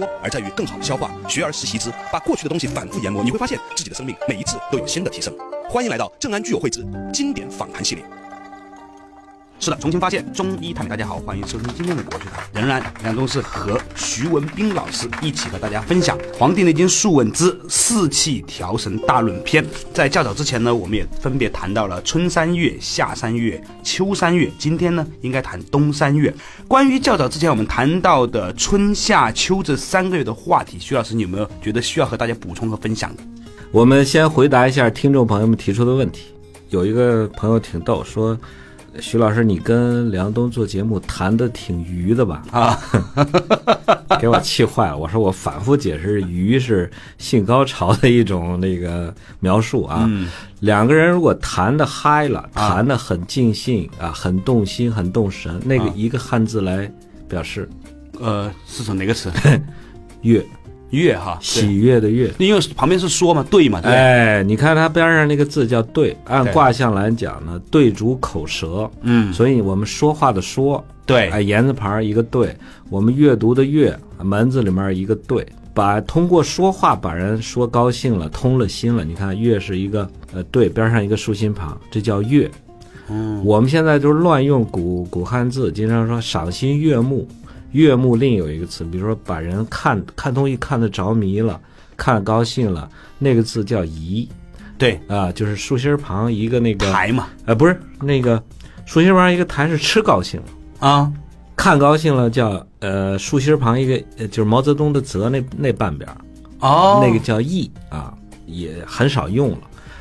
窝，而在于更好的消化。学而时习之，把过去的东西反复研磨，你会发现自己的生命每一次都有新的提升。欢迎来到正安居友会之经典访谈系列。是的，重新发现中医探秘。大家好，欢迎收听今天的国学堂。仍然，梁中是和徐文兵老师一起和大家分享《黄帝内经·素问之四气调神大论篇》。在较早之前呢，我们也分别谈到了春三月、夏三月、秋三月。今天呢，应该谈冬三月。关于较早之前我们谈到的春夏秋这三个月的话题，徐老师，你有没有觉得需要和大家补充和分享的？我们先回答一下听众朋友们提出的问题。有一个朋友挺逗，说徐老师，你跟梁冬做节目谈的挺鱼 的吧？啊，给我气坏了。我说我反复解释，鱼是性高潮的一种那个描述啊。嗯两个人如果谈的嗨了，啊谈的很尽兴啊，很动心，很动神，那个一个汉字来表示呃，是从哪个词？悦，月哈，喜悦的悦。对，因为旁边是说嘛，对嘛，对不对。哎，你看它边上那个字叫“对”，按对卦象来讲呢，对主口舌，嗯，所以我们说话的说，对哎，言字旁一个对，我们阅读的阅，门字里面一个对，把通过说话把人说高兴了，通了心了。你看，阅是一个呃对，边上一个竖心旁，这叫阅。嗯，我们现在就是乱用古古汉字，经常说赏心悦目。悦目另有一个词，比如说把人看看东西看得着迷了，看高兴了，那个字叫怡对，啊，就是竖心旁一个那个台嘛，呃，不是那个竖心旁一个台是吃高兴了，啊，看高兴了叫呃竖心旁一个呃就是毛泽东的泽那那半边儿，哦，那个叫意啊，也很少用了。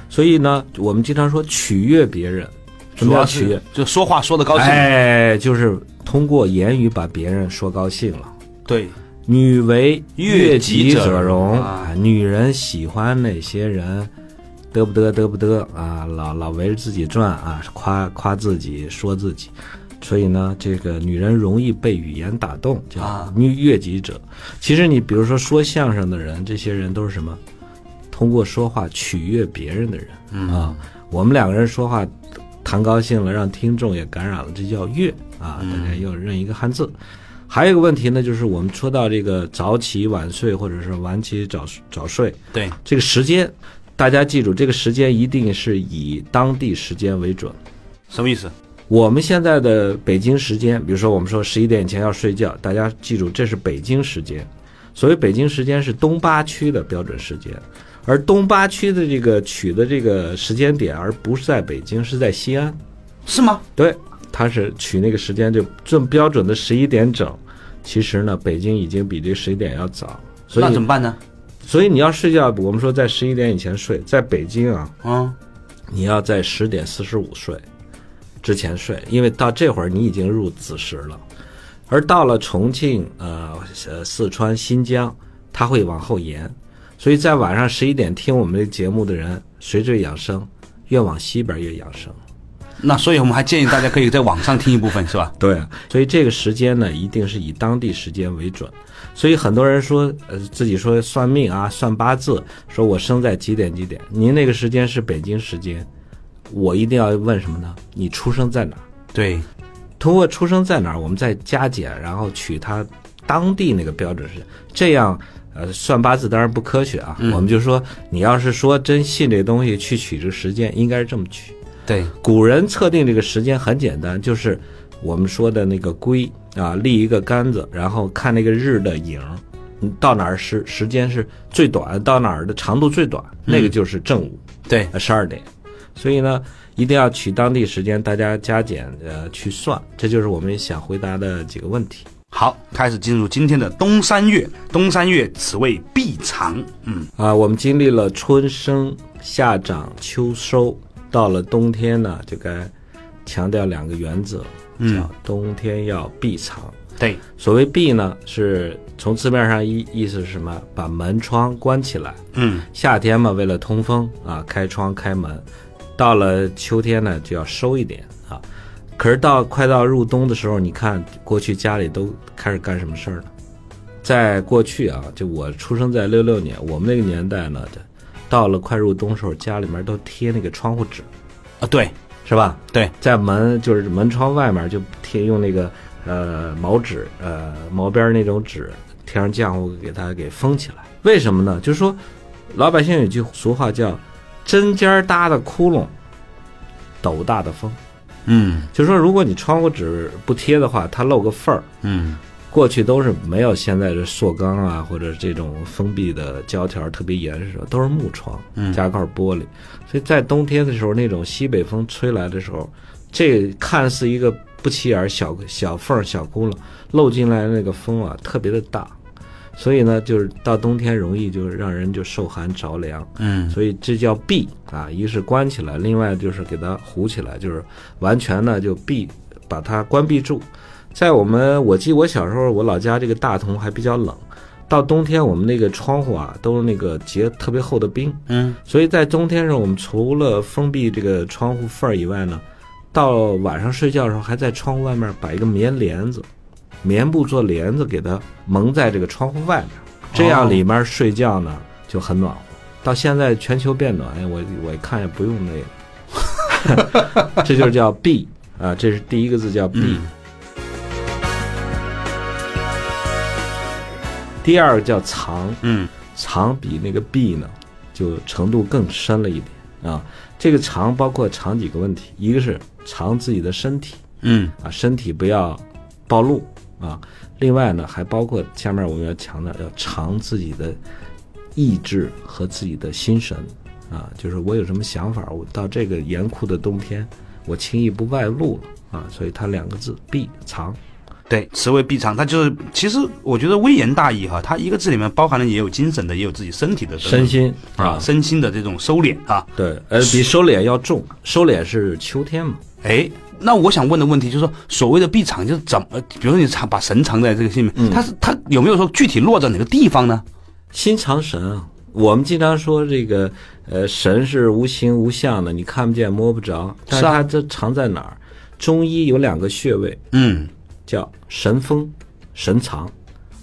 所以呢，我们经常说取悦别人，什主么叫要取悦是？就说话说的高兴，哎，就是通过言语把别人说高兴了。对，女为悦己己者容容啊，女人喜欢哪些人，嘚不嘚嘚不嘚啊，老老围着自己转啊，夸夸自己说自己，所以呢，这个女人容易被语言打动，叫啊女悦己者。其实你比如说说相声的人，这些人都是什么？通过说话取悦别人的人、啊。我们两个人说话谈高兴了，让听众也感染了，这叫悦啊。大家又认一个汉字。还有一个问题呢，就是我们说到这个早起晚睡，或者是晚起早早睡，对，这个时间，大家记住，这个时间一定是以当地时间为准。什么意思？我们现在的北京时间，比如说我们说十一点以前要睡觉，大家记住这是北京时间。所谓北京时间是东八区的标准时间，而东八区的这个取的这个时间点，而不是在北京，是在西安。是吗？对，它是取那个时间就正标准的十一点整。其实呢，北京已经比这十一点要早，所那怎以么办呢？所以你要睡觉，我们说在十一点以前睡，在北京啊，嗯，你要在十点四十五睡之前睡，因为到这会儿你已经入子时了。而到了重庆、呃、呃四川、新疆，它会往后延，所以在晚上十一点听我们这节目的人，随着养生，越往西边越养生。那所以我们还建议大家可以在网上听一部分，是吧？对，啊所以这个时间呢，一定是以当地时间为准。所以很多人说，呃，自己说算命啊，算八字，说我生在几点几点，您那个时间是北京时间，我一定要问什么呢？你出生在哪儿？对，通过出生在哪儿，我们再加减，然后取它当地那个标准时间，这样。呃，算八字当然不科学啊，我们就说，你要是说真信这东西，去取这时间，应该是这么取。对，古人测定这个时间很简单，就是我们说的那个龟啊，立一个杆子，然后看那个日的影儿，嗯到哪儿时时间是最短，到哪儿的长度最短，那个就是正午，对，十二点。所以呢，一定要取当地时间，大家加减呃去算，这就是我们想回答的几个问题。好，开始进入今天的冬三月。冬三月，此谓必长。嗯，啊，我们经历了春生、夏长、秋收，到了冬天呢，就该强调两个原则，叫冬天要避藏。对，所谓闭呢，是从字面上意意思是什么？把门窗关起来。嗯，夏天嘛，为了通风啊，开窗开门。到了秋天呢，就要收一点啊。可是到快到入冬的时候，你看过去家里都开始干什么事儿了？在过去啊，就我出生在六六年，我们那个年代呢，到了快入冬的时候，家里面都贴那个窗户纸，啊，对，是吧？对，在门就是门窗外面就贴用那个呃毛纸呃毛边儿那种纸贴上浆糊给它给封起来。为什么呢？就是说老百姓有句俗话叫“针尖儿搭的窟窿，斗大的风”。嗯就是说，如果你窗户纸不贴的话，它漏个缝儿。嗯过去都是没有现在这塑钢啊，或者这种封闭的胶条特别严实的，都是木窗嗯加块玻璃。所以在冬天的时候，那种西北风吹来的时候，这看似一个不起眼儿小小缝儿、小窟窿，漏进来的那个风啊，特别的大。所以呢，就是到冬天容易就让人就受寒着凉。嗯所以这叫闭啊，一是关起来，另外就是给它糊起来，就是完全呢就闭，把它关闭住。在我们，我记我小时候，我老家这个大同还比较冷，到冬天我们那个窗户啊都是那个结特别厚的冰，嗯所以在冬天上我们除了封闭这个窗户缝儿以外呢，到晚上睡觉的时候还在窗户外面摆一个棉帘子，棉布做帘子给它蒙在这个窗户外面，这样里面睡觉呢就很暖和。到现在全球变暖，哎我我一看也不用那个， 这就是叫避啊，这是第一个字叫避。第二个叫藏，嗯藏比那个避呢，就程度更深了一点啊。这个藏包括藏几个问题，一个是藏自己的身体嗯啊，身体不要暴露啊。另外呢，还包括下面我们要强调，要藏自己的意志和自己的心神啊，就是我有什么想法，我到这个严酷的冬天，我轻易不外露了啊。所以它两个字避藏，对，此为必藏，它就是其实我觉得微言大义哈，它一个字里面包含了也有精神的，也有自己身体的这种身心啊，身心的这种收敛啊。对，呃，比收敛要重，收敛是秋天嘛。哎，那我想问的问题就是说，所谓的避藏就是怎么，比如说你藏把神藏在这个心里面，嗯它是它有没有说具体落在哪个地方呢？心藏神啊，我们经常说这个，呃，神是无形无相的，你看不见摸不着，但是是啊它这藏在哪儿？中医有两个穴位嗯叫神封、神藏，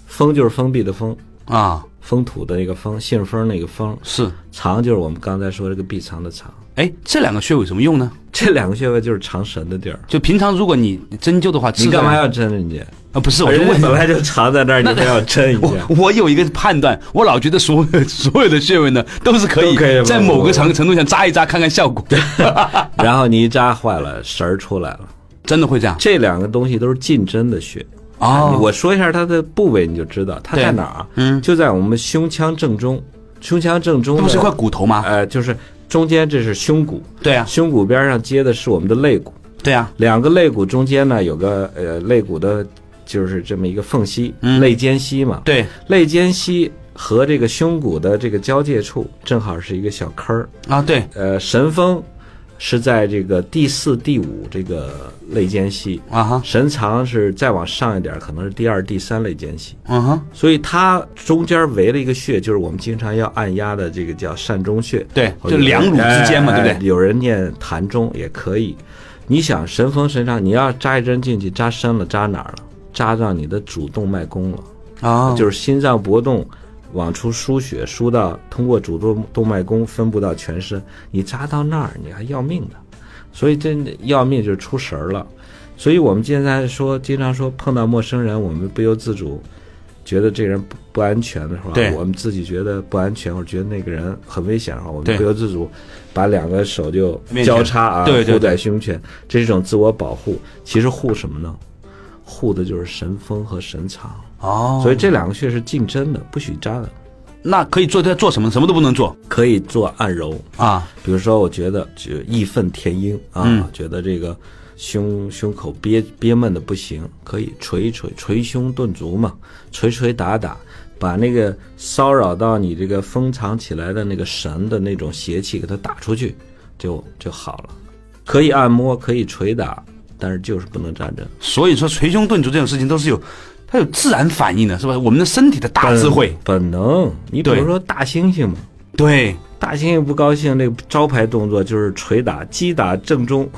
封就是封闭的封，啊，封土的那个封，信封那个封，是。藏就是我们刚才说这个闭藏的藏。哎，这两个穴位有什么用呢？这两个穴位就是藏神的地儿，就平常如果你针灸的话，你刺在干嘛要针人家？啊？不是，我就人家问本来就藏在那儿，你非要针一下。我我有一个判断，我老觉得所有 所有的穴位呢，都是可以都可以在某个程程度上扎一扎，看看效果，然后你一扎坏了，神儿出来了。真的会这样这两个东西都是进针的穴。哦。啊我说一下它的部位，你就知道它在哪儿。啊嗯，就在我们胸腔正中，胸腔正中这呢不是一块骨头吗？呃，就是中间这是胸骨，对啊，胸骨边上接的是我们的肋骨，对啊，两个肋骨中间呢有个呃肋骨的，就是这么一个缝隙，嗯肋间隙嘛。对，肋间隙和这个胸骨的这个交界处，正好是一个小坑儿。啊对，呃，神风是在这个第四、第五这个肋间隙。啊哈，神藏是再往上一点儿，可能是第二、第三肋间隙。嗯哼，所以它中间围了一个穴，就是我们经常要按压的这个叫膻中穴，对或者就两乳之间嘛哎对不对哎有人念痰中也可以。你想神风神伤，你要扎一针进去，扎深了，扎哪儿了？扎到你的主动脉弓了，啊就是心脏搏动。往出输血，输到通过主动动脉弓分布到全身，你扎到那儿，你还要命的，所以真的要命就是出神儿了。所以我们现在说，经常说碰到陌生人，我们不由自主觉得这个人不不安全的时候啊，对我们自己觉得不安全，或者觉得那个人很危险的话，我对们不由自主把两个手就面前交叉啊，对对护在胸前，这是一种自我保护。其实护什么呢？护的就是神风和神藏，哦，所以这两个穴是竞争的，不许扎的。那可以做它做什么？什么都不能做可以做按揉，啊。比如说，我觉得就义愤填膺啊，嗯觉得这个胸胸口憋憋闷的不行，可以捶一捶，捶胸顿足嘛，捶捶打打，把那个骚扰到你这个封藏起来的那个神的那种邪气给它打出去，就就好了。可以按摩，可以捶打，但是就是不能扎针。所以说捶胸顿足这种事情都是有，它有自然反应的，是吧？我们的身体的大智慧，本本能，你比对如说大猩猩嘛，对，大猩猩不高兴，那个招牌动作就是捶打、击打正中、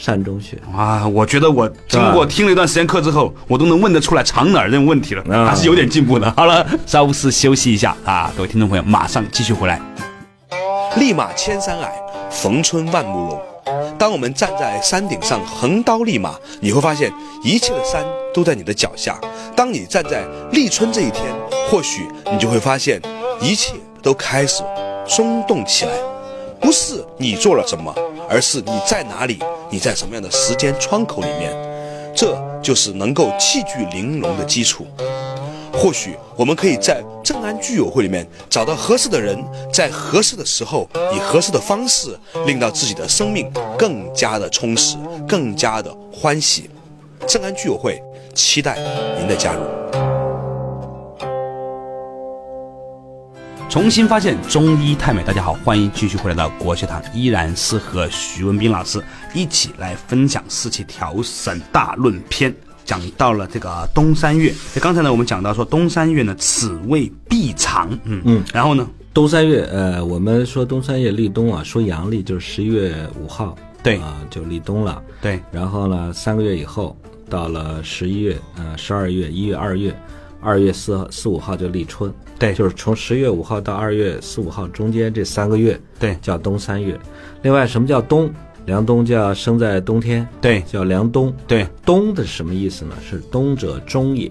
膻中穴。啊，我觉得我经过听了一段时间课之后，我都能问得出来藏哪儿这种问题了，啊还是有点进步的。好了，稍事休息一下啊，各位听众朋友，马上继续回来。立马千山矮，逢春万木荣。当我们站在山顶上横刀立马，你会发现一切的山都在你的脚下。当你站在立春这一天，或许你就会发现一切都开始松动起来。不是你做了什么，而是你在哪里，你在什么样的时间窗口里面，这就是能够器具玲珑的基础。或许我们可以在正安居委会里面找到合适的人，在合适的时候以合适的方式，令到自己的生命更加的充实，更加的欢喜。正安居委会期待您的加入。重新发现中医太美，大家好，欢迎继续回来到国学堂，依然是和徐文斌老师一起来分享四气调神大论篇，讲到了这个东山月。那刚才呢，我们讲到说东山月呢，此谓必长，嗯嗯，然后呢，东三月，呃，我们说东三月立冬啊，说阳历就是十一月五号，对啊、就立冬了。对，嗯然后呢，三个月以后，到了十一月，呃，十二月、一月、二月，二月四四五号就立春。对就是从十月五号到二月四五号中间这三个月，对叫冬三月。另外，什么叫冬？梁冬叫生在冬天，对嗯叫梁冬。对，冬的什么意思呢？是冬者终也，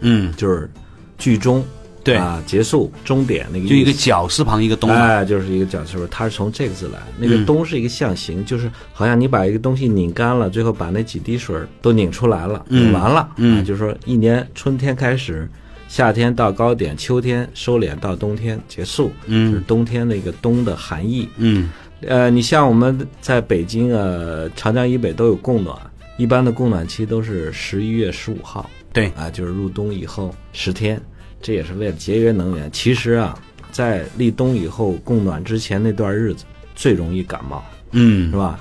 嗯，就是剧终，对啊，结束终点那个意思。就一个绞丝旁一个东嘛，哎，就是一个讲是不是？它是从这个字来，那嗯个东是一个象形，就是好像你把一个东西拧干了，最后把那几滴水儿都拧出来了，拧完了，嗯、就是说一年春天开始，夏天到高点，秋天收敛到冬天结束，嗯，就是冬天那个冬的含义，嗯，呃，你像我们在北京呃长江以北都有供暖，一般的供暖期都是十一月十五号，对啊，就是入冬以后十天，这也是为了节约能源。其实啊，在立冬以后供暖之前那段日子最容易感冒，嗯是吧？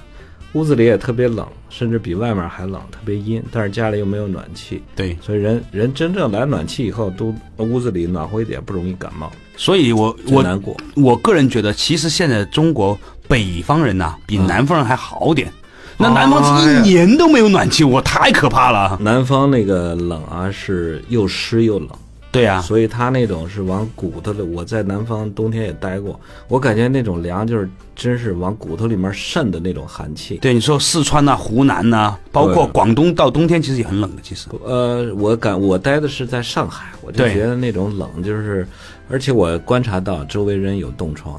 屋子里也特别冷，甚至比外面还冷，特别阴，但是家里又没有暖气，对，所以人人真正来暖气以后，都屋子里暖和一点，不容易感冒，所以我真我难过。我个人觉得，其实现在中国北方人呐、比南方人还好点。那南方是一年都没有暖气，我太可怕了。南方那个冷啊，是又湿又冷，对啊呀、所以它那种是往骨头里。我在南方冬天也待过，我感觉那种凉就是真是往骨头里面渗的那种寒气。对你说四川呐、湖南呐、包括对广东，到冬天其实也很冷的。其实，呃，我感我待的是在上海，我就对觉得那种冷就是，而且我观察到周围人有冻疮。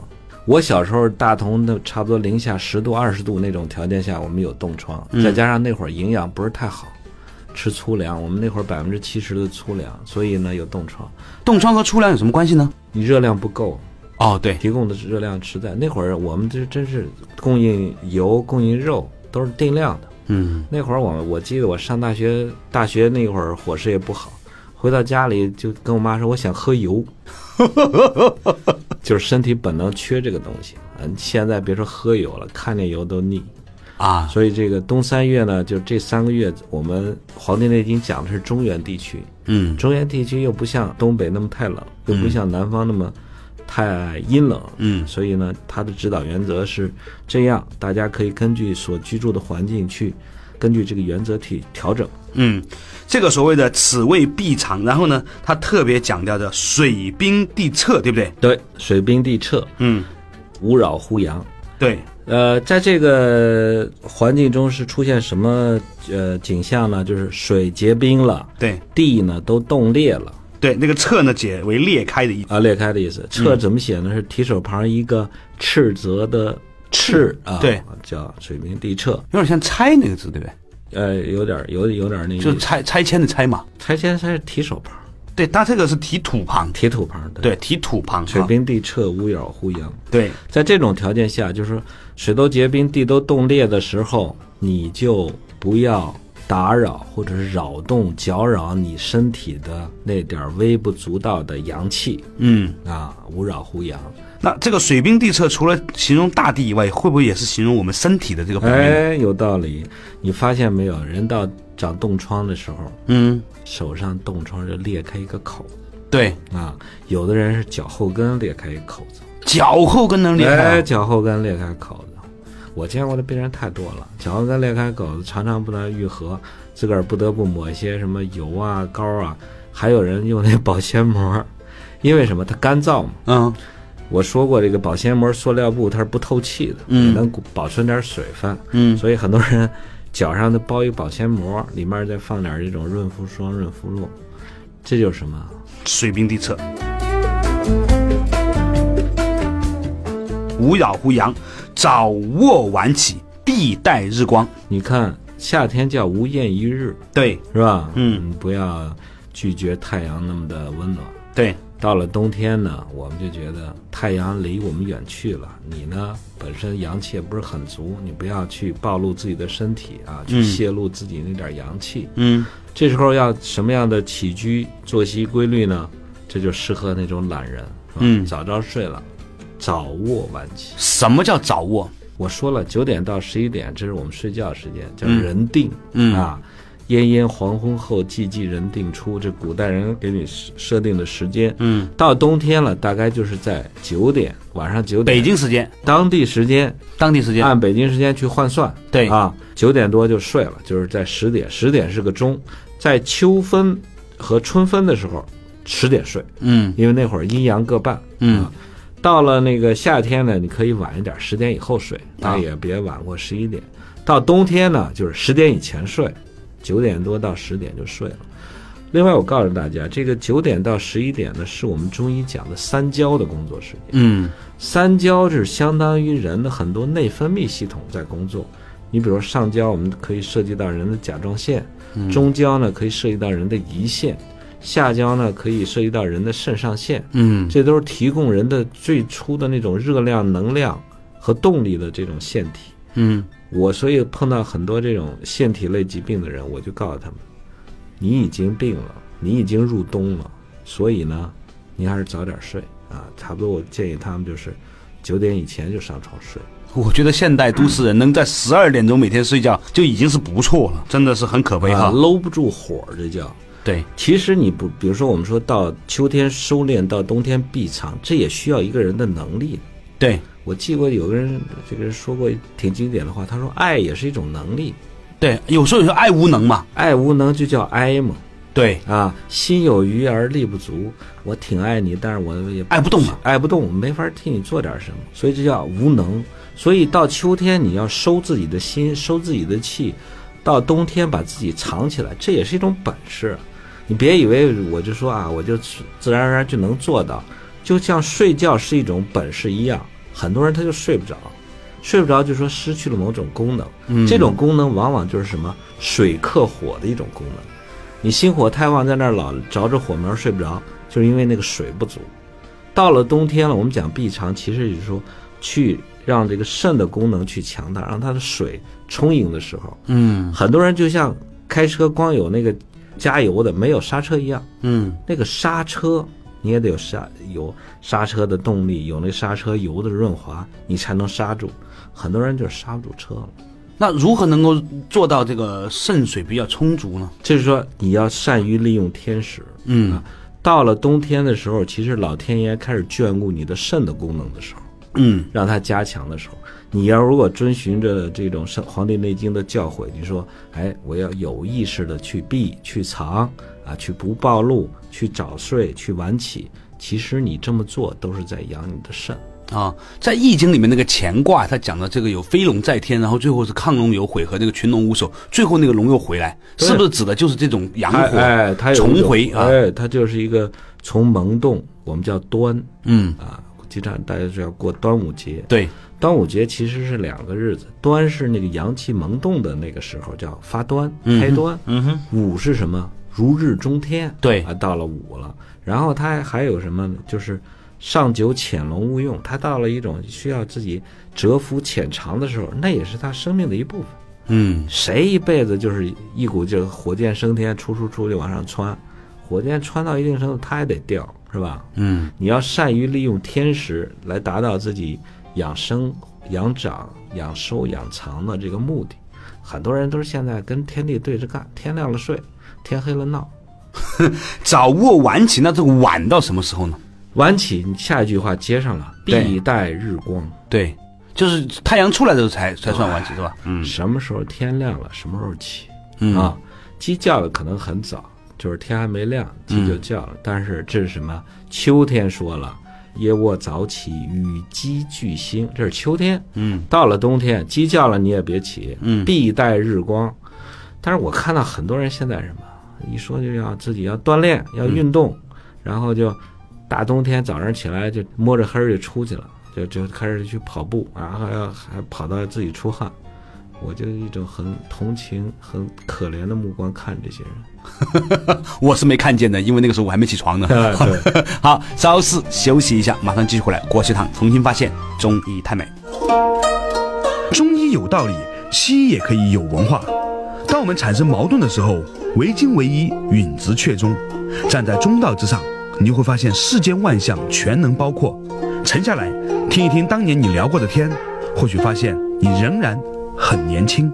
我小时候大同的差不多零下十度、二十度那种条件下，我们有冻疮，再加上那会儿营养不是太好，吃粗粮，我们那会儿百分之七十的粗粮，所以呢有冻疮。冻疮和粗粮有什么关系呢？你热量不够，哦，对，提供的热量实在那会儿我们这真是供应油、供应肉都是定量的。嗯，那会儿我我记得我上大学，大学那会儿伙食也不好，回到家里就跟我妈说我想喝油， 就是身体本能缺这个东西。嗯，现在别说喝油了，看见油都腻。啊，所以这个冬三月呢，就这三个月，我们《黄帝内经》讲的是中原地区，嗯，中原地区又不像东北那么太冷，又不像南方那么太阴冷，嗯所以呢，它的指导原则是这样，大家可以根据所居住的环境去，根据这个原则去调整。嗯，这个所谓的此谓必长，然后呢，他特别强调的水冰地彻，对不对？对，水冰地彻，嗯，无扰乎阳。对，呃，在这个环境中是出现什么呃景象呢？就是水结冰了，对，地呢都冻裂了。对，那个彻呢，解为裂开的意思。啊，裂开的意思。嗯彻怎么写呢？是提手旁一个斥责的斥啊，对，叫水平地彻。有点像拆那个字，对不对？呃，有点儿有有点儿那意就是思。拆拆迁的拆嘛。拆迁它是提手旁，对，它这个是提土旁，提土旁的。，对，提土旁。水哈平地彻，无扰乎阳。对，在这种条件下，就是说水都结冰、地都冻裂的时候，你就不要打扰或者是扰动、搅扰你身体的那点儿微不足道的阳气嗯，啊，无扰乎阳。那这个水冰地彻，除了形容大地以外，会不会也是形容我们身体的这个表面？哎，有道理。你发现没有？人到长冻疮的时候，嗯，手上冻疮就裂开一个口子对，啊。有的人是脚后跟裂开一口子，脚后跟能厉害哎，啊。脚后跟裂开口子。我见过的病人太多了，脚后跟裂开口子常常不能愈合，自个儿不得不抹一些什么油啊、膏啊，还有人用那保鲜膜，因为什么？它干燥嘛。嗯，我说过，这个保鲜膜、塑料布它是不透气的，嗯也能保存点水分。嗯所以很多人脚上都包一个保鲜膜，里面再放点这种润肤霜、润肤露，这就是什么？水冰地测。无扰乎阳，早卧晚起，必待日光。你看夏天叫无艳一日，对是吧？嗯，不要拒绝太阳那么的温暖。对，到了冬天呢，我们就觉得太阳离我们远去了。你呢，本身阳气也不是很足，你不要去暴露自己的身体啊，去嗯泄露自己那点阳气。嗯这时候要什么样的起居作息规律呢？这就适合那种懒人，啊嗯早早睡了，早卧晚起。什么叫早卧？我说了，九点到十一点，这是我们睡觉时间，叫嗯人定、嗯啊。恹恹黄昏后，寂寂人定出，这古代人给你设定的时间。嗯，到冬天了，大概就是在九点，晚上九点，北京时间，当地时间，当地时间。按北京时间去换算，对啊，九点多就睡了，就是在十点，十点是个钟，在秋分和春分的时候，十点睡，嗯因为那会儿阴阳各半，嗯啊到了那个夏天呢，你可以晚一点，十点以后睡，啊但也别晚过十一点。到冬天呢，就是十点以前睡，九点多到十点就睡了。另外，我告诉大家，这个九点到十一点呢，是我们中医讲的三焦的工作时间。嗯三焦是相当于人的很多内分泌系统在工作。你比如上焦，我们可以涉及到人的甲状腺；中焦呢，可以涉及到人的胰腺；下焦呢，可以涉及到人的肾上腺。嗯这都是提供人的最初的那种热量、能量和动力的这种腺体。嗯我所以碰到很多这种腺体类疾病的人，我就告诉他们：你已经病了，你已经入冬了，所以呢，您还是早点睡啊。差不多，我建议他们就是九点以前就上床睡。我觉得现代都市人能在十二点钟每天睡觉就已经是不错了，真的是很可悲啊，哈。搂不住火儿，这叫。对，其实你不，比如说我们说到秋天收敛，到冬天闭藏，这也需要一个人的能力。对，我记过有个人，这个人说过挺经典的话，他说：“爱也是一种能力，对，有时候有时候爱无能嘛。爱无能就叫哀嘛。”对，啊，心有余而力不足。我挺爱你，但是我也爱不动啊嘛。哎爱不动，没法替你做点什么，所以这叫无能。所以到秋天你要收自己的心，收自己的气；到冬天把自己藏起来，这也是一种本事。你别以为我就说啊，我就自然而然就能做到，就像睡觉是一种本事一样，很多人他就睡不着，睡不着就说失去了某种功能。嗯这种功能往往就是什么水克火的一种功能。你心火太旺，在那儿老着着火苗睡不着，就是因为那个水不足。到了冬天了，我们讲闭肠，其实也就是说去让这个肾的功能去强大，让它的水充盈的时候，嗯很多人就像开车光有那个加油的没有刹车一样，嗯那个刹车你也得有刹有刹车的动力，有那刹车油的润滑，你才能刹住。很多人就刹不住车了。那如何能够做到这个肾水比较充足呢？就是说你要善于利用天时。嗯到了冬天的时候，其实老天爷开始眷顾你的肾的功能的时候，嗯让它加强的时候，你要如果遵循着这种《黄帝内经》的教诲，你说，哎，我要有意识的去避、去藏啊，去不暴露、去早睡、去晚起，其实你这么做都是在养你的肾。啊，在《易经》里面那个乾卦，它讲的这个有飞龙在天，然后最后是亢龙有悔和那个群龙无首，最后那个龙又回来，对是不是指的就是这种阳哎火？哎，它有一种重回啊哎，它就是一个从萌动，我们叫端嗯，啊，经常大家就要过端午节，对，端午节其实是两个日子，端是那个阳气萌动的那个时候，叫发端、开端；嗯哼，午是什么？如日中天。对啊，到了午了。然后它还有什么呢？就是上九潜龙勿用，它到了一种需要自己蛰伏潜藏的时候，那也是它生命的一部分。嗯谁一辈子就是一股劲儿火箭升天，出出出就往上窜，火箭窜到一定程度，它也得掉，是吧？嗯你要善于利用天时来达到自己养生、养长、养收、养藏的这个目的。很多人都是现在跟天地对着干，天亮了睡，天黑了闹。早卧晚起，那这个晚到什么时候呢？晚起，你下一句话接上了，对必待日光。对，就是太阳出来的时候才才算晚起，是吧？嗯什么时候天亮了，什么时候起、嗯哎啊？鸡叫的可能很早，就是天还没亮，鸡就叫了。但是这是什么？秋天说了，夜卧早起，与鸡俱兴。这是秋天，嗯到了冬天，鸡叫了你也别起，嗯必待日光。但是我看到很多人现在什么，一说就要自己要锻炼，要运动，嗯然后就大冬天早上起来就摸着黑儿就出去了，就就开始去跑步，然后要还跑到自己出汗。我就一种很同情、很可怜的目光看这些人。 我是没看见的，因为那个时候我还没起床呢。哎对， 好，稍事休息一下，马上继续回来。国学堂重新发现中医太美。中医有道理，西医也可以有文化。当我们产生矛盾的时候，唯精唯医，允直确中，站在中道之上，你就会发现世间万象全能包括。沉下来听一听当年你聊过的天，或许发现你仍然很年轻。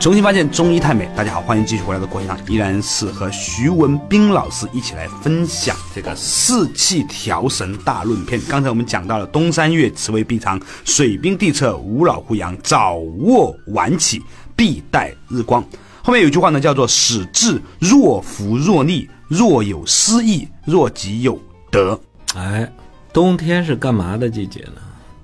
重新发现中医太美。大家好，欢迎继续回来的国学堂，依然是和徐文兵老师一起来分享这个四气调神大论篇。刚才我们讲到了东山月，慈为必长，水冰地侧，无老乎阳，早卧晚起，必待日光。后面有一句话呢，叫做“始至若浮若逆，若有失意，若即有得哎，冬天是干嘛的季节呢？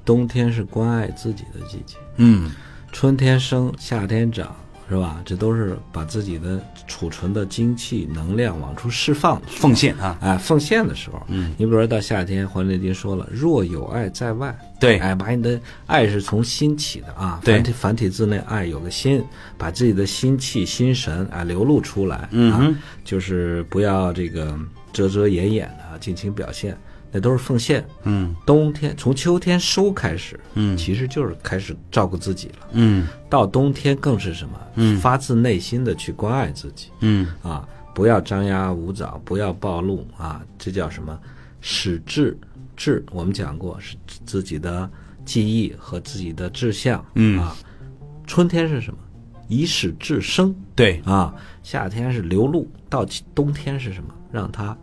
冬天是关爱自己的季节。”。嗯，春天生，夏天长，是吧？这都是把自己的储存的精气能量往出释放的时奉献啊，候，哎，奉献的时候。嗯，你比如说到夏天，《黄帝内经》说了，若有爱在外，对哎，把你的爱是从心起的啊，对繁体繁体字内爱有个心，把自己的心气、心神啊流露出来，嗯、啊，就是不要这个遮遮掩掩的啊，尽情表现。那都是奉献，嗯冬天从秋天收开始，嗯其实就是开始照顾自己了。嗯到冬天更是什么？嗯发自内心的去关爱自己嗯，啊，不要张牙舞爪，不要暴露啊，这叫什么？使志志，我们讲过是自己的记忆和自己的志向。嗯啊，春天是什么？以始至生对，啊，夏天是流露，到其冬天是什么？让它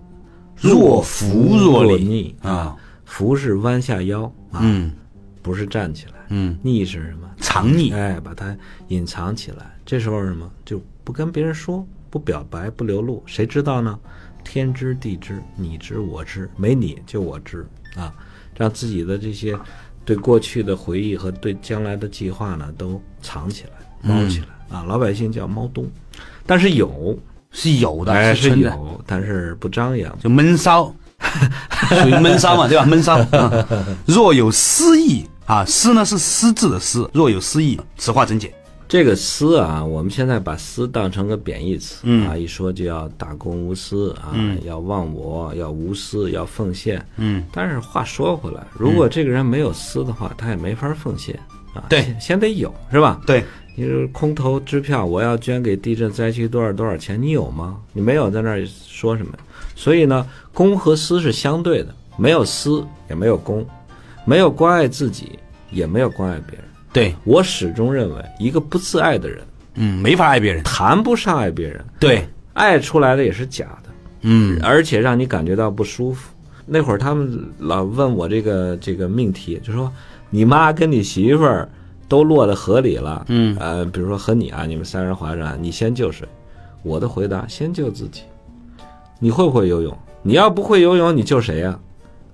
若浮若逆逆啊啊，浮是弯下腰啊，嗯不是站起来，嗯，逆是什么？藏匿，哎，把它隐藏起来。这时候是什么就不跟别人说，不表白，不流露，谁知道呢？天知地知，你知我知，没你就我知啊！让自己的这些对过去的回忆和对将来的计划呢，都藏起来、猫嗯起来、啊！老百姓叫猫冬，但是有，是有的，哎，是是存在。有，但是不张扬。就闷 骚，属于闷骚嘛，对吧？闷骚。啊若有诗意啊，诗呢是诗字的诗，若有诗意，此话怎解？这个私啊，我们现在把私当成个贬义词、嗯啊，一说就要大公无私啊，要忘我，要无私，要奉献。嗯，但是话说回来，如果这个人没有私的话，他也没法奉献啊。对先先得有是吧？对，你说空头支票，我要捐给地震灾区多少多少钱，你有吗？你没有，在那儿说什么？所以呢，公和私是相对的，没有私也没有公，没有关爱自己，也没有关爱别人。对，我始终认为，一个不自爱的人，嗯，没法爱别人。谈不上爱别人，对，爱出来的也是假的，嗯而且让你感觉到不舒服。那会儿他们老问我这个这个命题，就说你妈跟你媳妇儿都落到河里了，嗯，呃，比如说和你啊，你们三人划船，你先救谁？我的回答，先救自己。你会不会游泳？你要不会游泳，你救谁呀、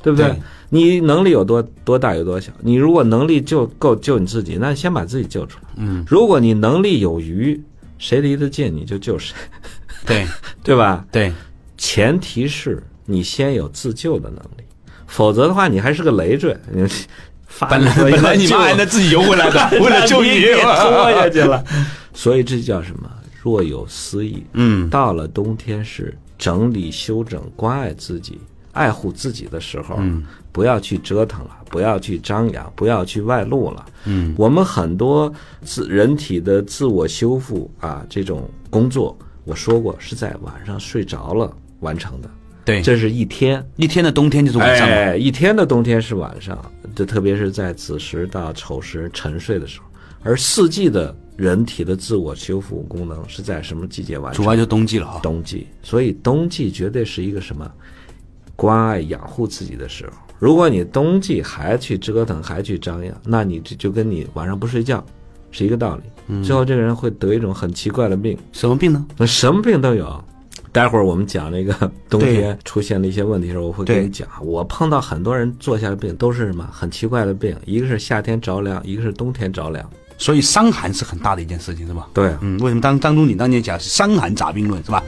对不对？对你能力有多多大有多小？你如果能力就够救你自己，那你先把自己救出来。嗯，如果你能力有余，谁离得近你就救谁，对对吧？对，前提是你先有自救的能力，否则的话你还是个累赘。你发本来说 本来你要妈还救能自己游回 来的，为了救你你给，拖下去了。 所以这叫什么？若有私意。嗯到了冬天是整理、修整、关爱自己、爱护自己的时候，不要去折腾了，不要去张扬，不要去外露了。嗯，我们很多自人体的自我修复啊，这种工作，我说过是在晚上睡着了完成的， 对，这是一天。一天的冬天就是晚上嘛。哎，一天的冬天是晚上，这特别是在子时到丑时沉睡的时候，而四季的人体的自我修复功能是在什么季节完主成？要就冬季了啊哈。冬季，所以冬季绝对是一个什么关爱养护自己的时候。如果你冬季还去折腾，还去张扬，那你这就跟你晚上不睡觉嗯是一个道理。最后这个人会得一种很奇怪的病，什么病呢？那什么病都有，待会儿我们讲那个冬天出现的一些问题的时候，我会对跟你讲。我碰到很多人坐下的病都是什么很奇怪的病，一个是夏天着凉，一个是冬天着凉。所以伤寒是很大的一件事情，是吧？对，嗯，为什么当当中你当年讲是伤寒杂病论是吧？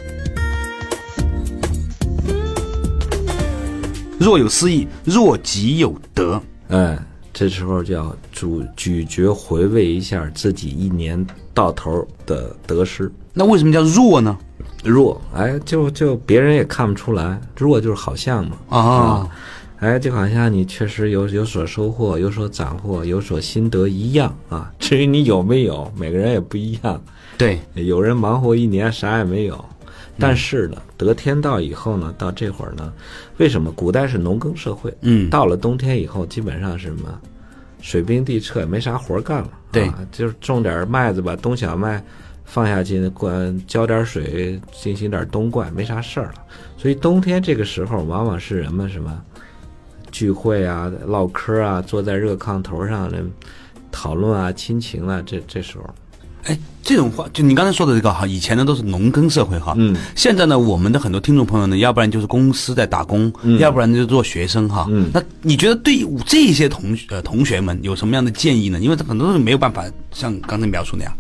若有失意，若即有得，哎，这时候就要咀咀嚼回味一下自己一年到头的得失。那为什么叫弱呢？弱，哎，就就别人也看不出来，弱就是好像嘛。啊，哎，就好像你确实有有所收获，有所斩获，有所心得一样啊。至于你有没有，每个人也不一样。对，有人忙活一年啥也没有，但是呢，得天道以后呢，到这会儿呢，为什么古代是农耕社会？嗯到了冬天以后，基本上是什么，水冰地撤，没啥活儿干了。对啊就是种点儿麦子吧，冬小麦放下去，灌浇点水，进行点冬灌，没啥事儿了。所以冬天这个时候，往往是人们什么聚会啊、唠嗑啊，坐在热炕头上那讨论啊、亲情啊，这这时候，哎，这种话就你刚才说的这个哈，以前呢都是农耕社会哈，嗯，现在呢我们的很多听众朋友呢，要不然就是公司在打工，要不然就是做学生哈，嗯那你觉得对这些同学呃同学们有什么样的建议呢？因为他很多人没有办法像刚才描述那样，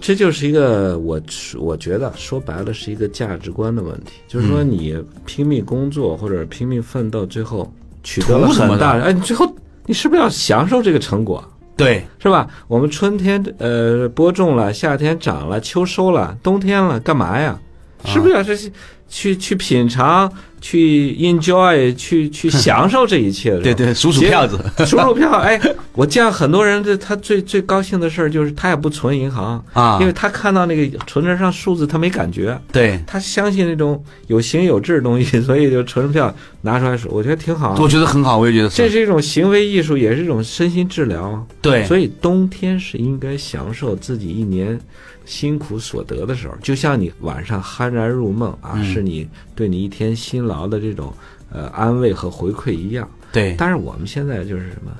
这就是一个我我觉得说白了是一个价值观的问题，就是说你拼命工作或者拼命奋斗，最后取得了图什么很大呢的，哎，你最后你是不是要享受这个成果，对，是吧？我们春天呃播种了，夏天长了，秋收了，冬天了，干嘛呀？啊是不是要是去去品尝、去 enjoy、去去享受这一切的时 候？对对，数数结票子，数数票，哎，我见很多人，这他最最高兴的事儿就是他也不存银行啊因为他看到那个存折上数字他没感觉，对，他相信那种有形有质的东西， 所以就存票拿出来数，我觉得挺好我啊。觉得很好，我也觉得这是，是一种行为艺术，也是一种身心治疗啊。对，所以冬天是应该享受自己一年辛苦所得的时候，就像你晚上酣然入梦啊，是你对你一天辛劳的这种呃安慰和回馈一样。对，但是我们现在就是什么，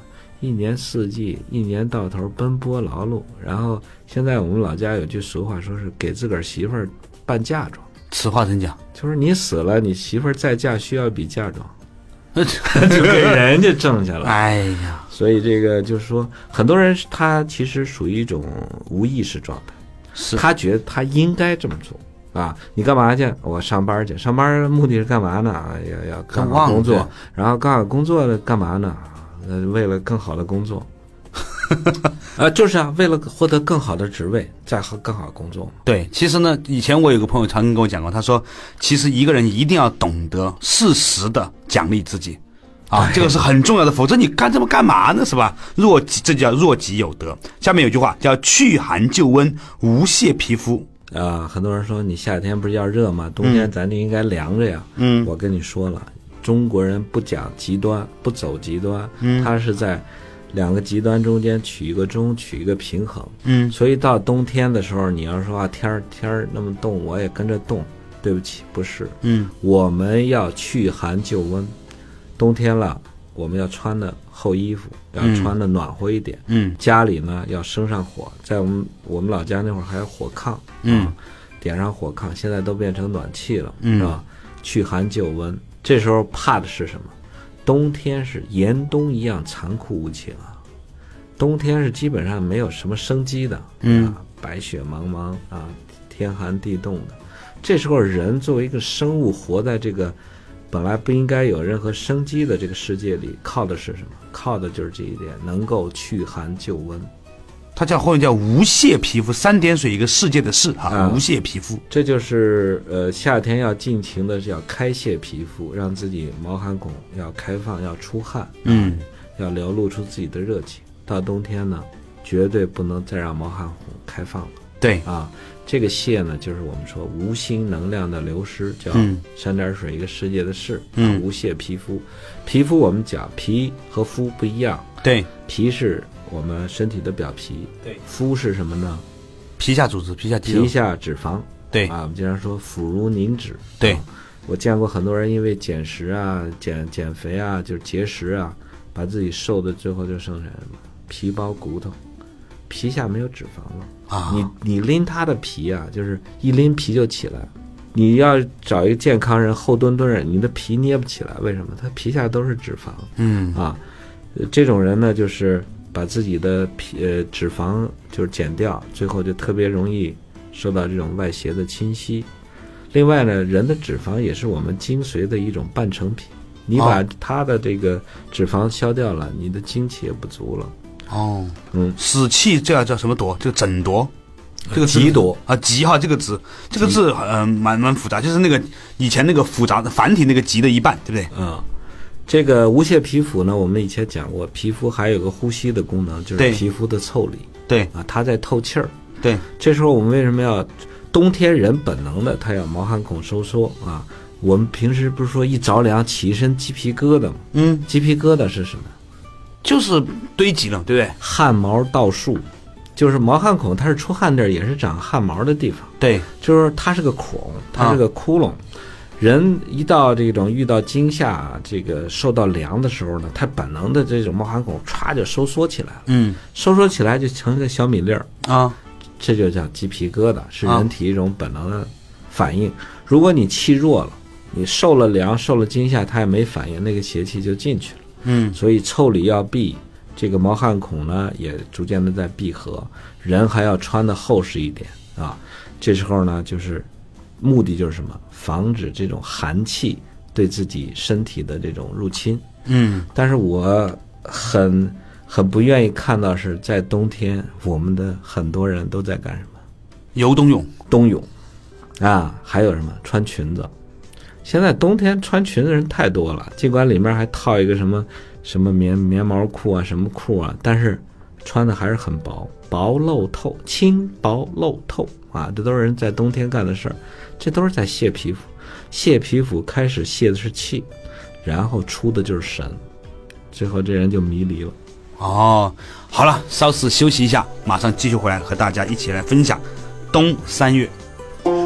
一年四季，一年到头奔波劳碌。然后现在我们老家有句俗话，说是给自个儿媳妇儿办嫁妆，此话怎讲？就是你死了，你媳妇儿再嫁需要一笔嫁妆，就 就给人家挣去了。哎呀， 所以这个就是说，很多人他其实属于一种无意识状态，是他觉得他应该这么做。啊，你干嘛去？我上班去。上班目的是干嘛呢？啊，要要干好忘了工对作，然后干好工作的干嘛呢？呃，为了更好的工作， 啊，就是啊，为了获得更好的职位，再和更好的工作。对，其实呢，以前我有个朋友常跟我讲过，他说，其实一个人一定要懂得适时的奖励自己，啊，这个是很重要的，否则你干这么干嘛呢？是吧？若即这叫若即有得。下面有句话叫去寒就温，无泄皮肤。啊，很多人说你夏天不是要热吗？冬天咱就应该凉着呀。嗯，我跟你说了，中国人不讲极端，不走极端，他是在两个极端中间取一个中，取一个平衡。嗯，所以到冬天的时候，你要说啊，天儿天儿那么冻，我也跟着冻。对不起，不是，嗯，我们要去寒就温。冬天了，我们要穿的厚衣服，要穿的暖和一点。嗯，家里呢要生上火，在我们我们老家那会儿还有火炕，嗯、点上火炕，现在都变成暖气了，嗯、是吧？去寒就温，这时候怕的是什么？冬天是严冬一样残酷无情啊！冬天是基本上没有什么生机的，嗯、啊，白雪茫茫啊，天寒地冻的。这时候人作为一个生物，活在这个本来不应该有任何生机的这个世界里，靠的是什么？靠的就是这一点，能够去寒就温。他叫后面叫无泄皮肤，三点水一个世界的世啊，嗯无泄皮肤。这就是呃，夏天要尽情的要开泄皮肤，让自己毛汗孔要开放，要出汗，嗯，要流露出自己的热情。到冬天呢，绝对不能再让毛汗孔开放了。对，啊，这个泄呢，就是我们说无心能量的流失，叫嗯三点水一个世界的世，嗯啊无泄皮肤。皮肤我们讲皮和肤不一样，对，皮是我们身体的表皮，对肤是什么呢？皮下组织，皮下肌肉皮，下脂肪，对啊，我们经常说腐如凝脂，对啊我见过很多人因为减食啊、减减肥啊，就是节食啊，把自己瘦的最后就剩下什么皮包骨头，皮下没有脂肪了啊你你拎他的皮啊，就是一拎皮就起来，你要找一个健康人后蹲蹲着，你的皮捏不起来，为什么？他皮下都是脂肪嗯啊。呃这种人呢，就是把自己的皮呃脂肪就是减掉，最后就特别容易受到这种外邪的侵袭。另外呢，人的脂肪也是我们精髓的一种半成品。你把它的这个脂肪消掉了，你的精气也不足了。哦，嗯，死气这叫什么夺？这个枕夺，这个字极夺啊，极哈这个字，这个字呃蛮蛮复杂，就是那个以前那个复杂的繁体那个极的一半，对不对？啊、这个无屑皮肤呢，我们以前讲过，皮肤还有个呼吸的功能，就是对皮肤的腠理对啊，它在透气儿。对，这时候我们为什么要？冬天人本能的他要毛汗孔收缩啊。我们平时不是说一着凉起一身鸡皮疙瘩吗？嗯，鸡皮疙瘩是什么？就是堆积了，对不对？汗毛倒竖，就是毛汗孔，它是出汗地儿，也是长汗毛的地方。对，就是它是个孔，它是个窟窿。人一到这种遇到惊吓，这个受到凉的时候呢，它本能的这种毛汗孔歘就收缩起来了，嗯收缩起来就成一个小米粒儿，啊，这就叫鸡皮疙瘩，是啊人体一种本能的反应。如果你气弱了，你受了凉、受了惊吓，它也没反应，那个邪气就进去了。嗯所以腠理要闭，这个毛汗孔呢也逐渐的在闭合，人还要穿的厚实一点啊。这时候呢，就是目的就是什么？防止这种寒气对自己身体的这种入侵。嗯，但是我很很不愿意看到是在冬天，我们的很多人都在干什么？游冬泳，冬泳啊，还有什么穿裙子。现在冬天穿裙子的人太多了，尽管里面还套一个什么什么棉棉毛裤啊，什么裤啊，但是穿的还是很薄，薄露透，轻薄露透啊，这都是人在冬天干的事儿，这都是在卸皮肤，卸皮肤开始卸的是气，然后出的就是神，最后这人就迷离了。哦，好了，稍事休息一下，马上继续回来和大家一起来分享冬三月。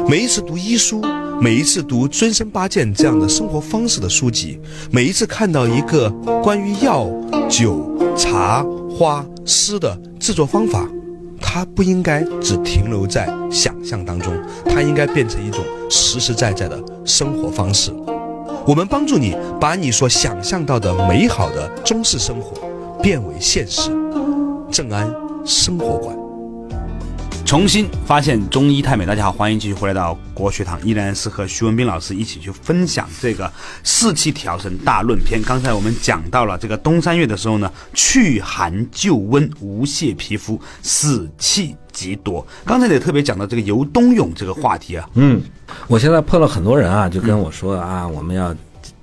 每一次读医书，每一次读《尊生八戒》这样的生活方式的书籍，每一次看到一个关于药、酒、茶、花、诗的制作方法，它不应该只停留在想象当中，它应该变成一种实实在在的生活方式。我们帮助你把你所想象到的美好的中式生活变为现实。正安生活馆。重新发现中医太美。大家好，欢迎继续回来到国学堂，依然是和徐文斌老师一起去分享这个四气调神大论篇。刚才我们讲到了这个冬三月的时候呢，去寒救温，无泄皮肤，死气极多。刚才也特别讲到这个游冬泳这个话题啊，嗯，我现在碰到很多人啊，就跟我说啊，我们要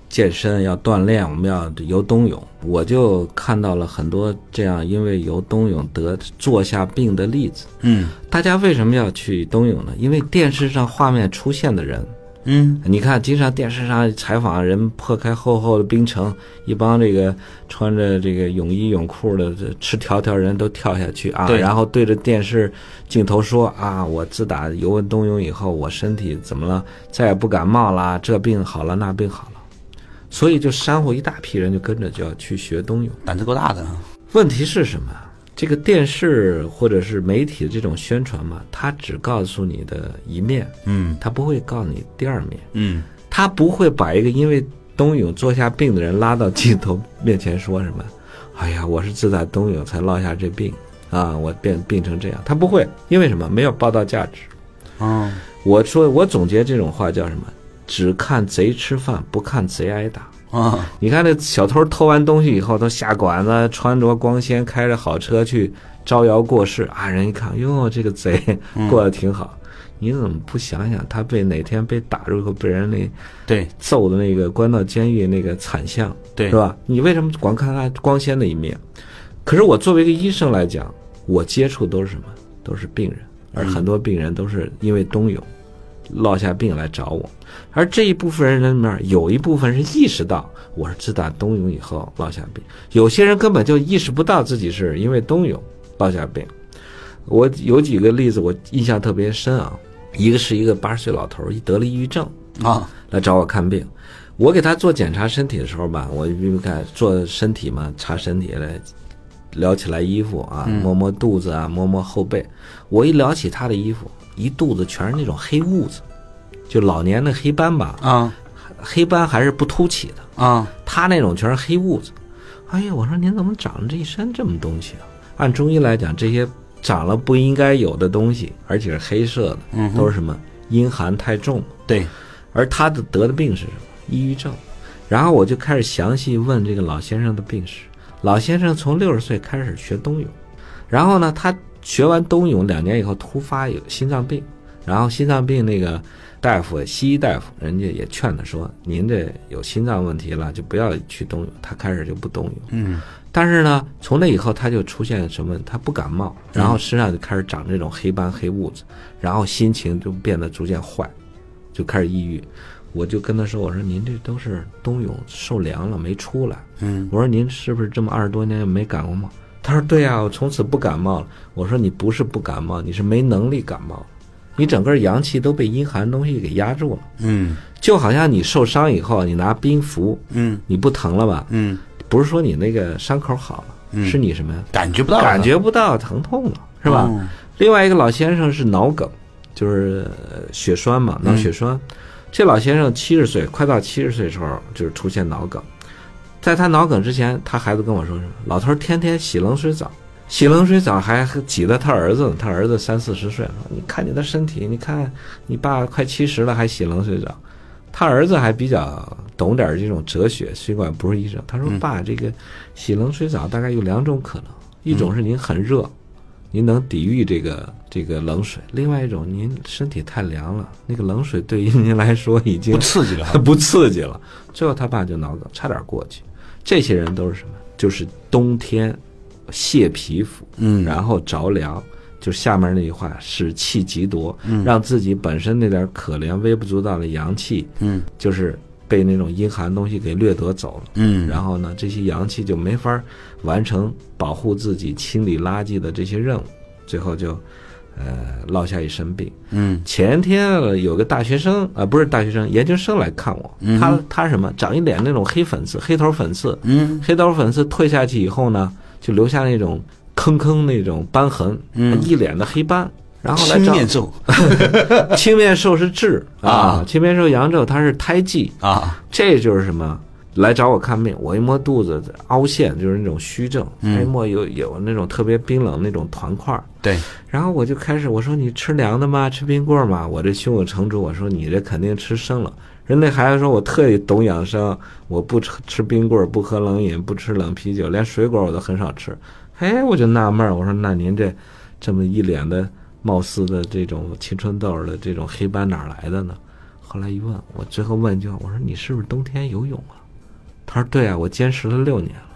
健身，要锻炼，我们要游冬泳。我就看到了很多这样因为游冬泳得坐下病的例子。嗯大家为什么要去冬泳呢？因为电视上画面出现的人，嗯你看，经常电视上采访人破开厚厚的冰层，一帮这个穿着这个泳衣泳裤的这赤条条人都跳下去啊，对然后对着电视镜头说啊，我自打游完冬泳以后，我身体怎么了？再也不感冒啦，这病好了，那病好了，所以就山户一大批人就跟着就要去学冬泳。胆子够大的啊，问题是什么？这个电视或者是媒体的这种宣传嘛，它只告诉你的一面，嗯它不会告诉你第二面。嗯他不会把一个因为冬泳坐下病的人拉到镜头面前说什么：“哎呀，我是自打冬泳才落下这病啊，我变病成这样。”他不会，因为什么？没有报道价值。哦我说，我总结这种话叫什么？只看贼吃饭，不看贼挨打。啊你看那小偷偷完东西以后，都下馆子，穿着光鲜，开着好车去招摇过市啊！人一看，哟，这个贼过得挺好。你怎么不想想他被哪天被打入以后被人那对揍的那个关到监狱那个惨象，对是吧？你为什么光看他光鲜的一面？可是我作为一个医生来讲，我接触都是什么？都是病人，而很多病人都是因为冬泳落下病来找我，而这一部分人里面有一部分是意识到我是自打冬泳以后落下病，有些人根本就意识不到自己是因为冬泳落下病。我有几个例子我印象特别深啊，一个是一个八十岁老头儿一得了抑郁症，啊来找我看病。我给他做检查身体的时候吧，我因为看做身体嘛，查身体来撩起来衣服啊，摸摸肚子啊，摸摸后背。我一撩起他的衣服，一肚子全是那种黑痦子，就老年的黑斑吧，啊黑斑还是不凸起的，啊他那种全是黑痦子。哎呀，我说您怎么长了这一身这么东西啊？按中医来讲，这些长了不应该有的东西，而且是黑色的，都是什么阴寒太重。对，而他的得的病是什么？抑郁症。然后我就开始详细问这个老先生的病史。老先生从六十岁开始学冬泳，然后呢，他学完冬泳两年以后突发有心脏病，然后心脏病那个大夫，西医大夫，人家也劝他说：“您这有心脏问题了，就不要去冬泳。”他开始就不冬泳。嗯，但是呢，从那以后他就出现什么？他不感冒，然后身上就开始长这种黑斑黑痦子，然后心情就变得逐渐坏，就开始抑郁。我就跟他说：“我说您这都是冬泳受凉了没出来。”嗯，我说您是不是这么二十多年没感过冒？他说：“对呀、我从此不感冒了。”我说：“你不是不感冒，你是没能力感冒，你整个阳气都被阴寒东西给压住了。嗯就好像你受伤以后，你拿冰敷，嗯你不疼了吧？嗯，不是说你那个伤口好了，是你什么呀？感嗯觉不到了，感觉不到疼痛了，是吧？嗯另外一个老先生是脑梗，就是呃血栓嘛，脑血栓。这老先生七十岁，快到七十岁的时候就是出现脑梗。在他脑梗之前，他孩子跟我说什么？老头儿天天洗冷水澡，洗冷水澡还挤得他儿子呢。他儿子三四十岁了，说你看你的身体，你看你爸快七十了还洗冷水澡。他儿子还比较懂点儿这种哲学，尽管不是医生。他说：“爸，这个洗冷水澡大概有两种可能，一种是您很热，您能抵御这个这个冷水；另外一种，您身体太凉了，那个冷水对于您来说已经不刺激了。 不刺激了。最后他爸就脑梗，差点过去。这些人都是什么？就是冬天泄皮肤，嗯然后着凉。就下面那句话，使气极夺，嗯让自己本身那点可怜微不足道的阳气，嗯，就是被那种阴寒东西给掠夺走了。嗯，然后呢，这些阳气就没法完成保护自己、清理垃圾的这些任务，最后就，呃，落下一身病。嗯前天有个大学生啊、呃不是大学生，研究生来看我，他他什么，长一脸那种黑粉刺、黑头粉刺，嗯黑头粉刺退下去以后呢，就留下那种坑坑那种斑痕，嗯一脸的黑斑。然后来青找面兽 青面兽是痔 啊青面兽阳痔它是胎记，啊，这就是什么？来找我看病，我一摸肚子凹陷，就是那种虚症；嗯哎，摸有有那种特别冰冷那种团块儿。对，然后我就开始我说你吃凉的吗？吃冰棍儿吗？我这胸有成竹，我说你这肯定吃生冷。人那孩子说我特意懂养生，我不吃吃冰棍儿，不喝冷饮，不吃冷啤酒，连水果我都很少吃。哎，我就纳闷儿，我说那您这这么一脸的貌似的这种青春痘儿的这种黑斑哪儿来的呢？后来一问，我最后问一句，我说你是不是冬天游泳啊？他说对啊，我坚持了六年了。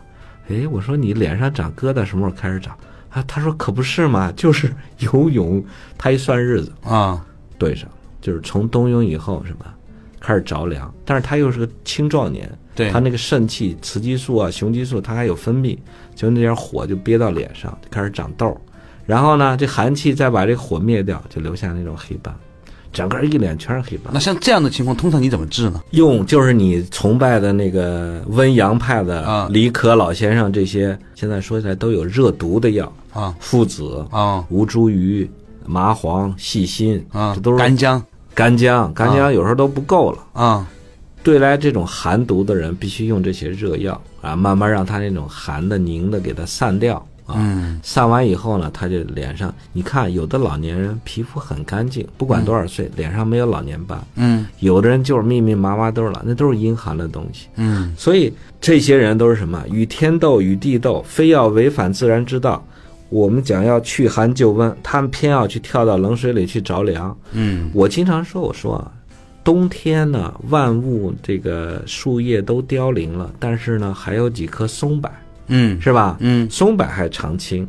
哎，我说你脸上长疙瘩什么时候开始长？啊，他说可不是嘛， 就是游泳。他一算日子，啊，对上，就是从冬泳以后什么开始着凉，但是他又是个青壮年，对他那个肾气、雌激素啊、雄激素，他还有分泌，就那点火就憋到脸上，就开始长痘儿。然后呢，这寒气再把这火灭掉，就留下那种黑斑，整个一脸全是黑斑那。像这样的情况，通常你怎么治呢？用就是你崇拜的那个温阳派啊的李可老先生这些，现在说起来都有热毒的药啊，附子、啊吴茱萸、麻黄、细辛啊，这都是干姜干姜，干姜有时候都不够了。啊，对来这种寒毒的人，必须用这些热药啊，慢慢让他那种寒的、凝的给它散掉啊。嗯散完以后呢，他就脸上，你看有的老年人皮肤很干净，不管多少岁，脸上没有老年斑。嗯有的人就是密密麻麻都是了，那都是阴寒的东西。嗯所以这些人都是什么？与天斗，与地斗，非要违反自然之道。我们讲要去寒就温，他们偏要去跳到冷水里去着凉。嗯我经常说，我说啊，冬天呢，万物这个树叶都凋零了，但是呢，还有几棵松柏，嗯是吧？嗯松柏还常青。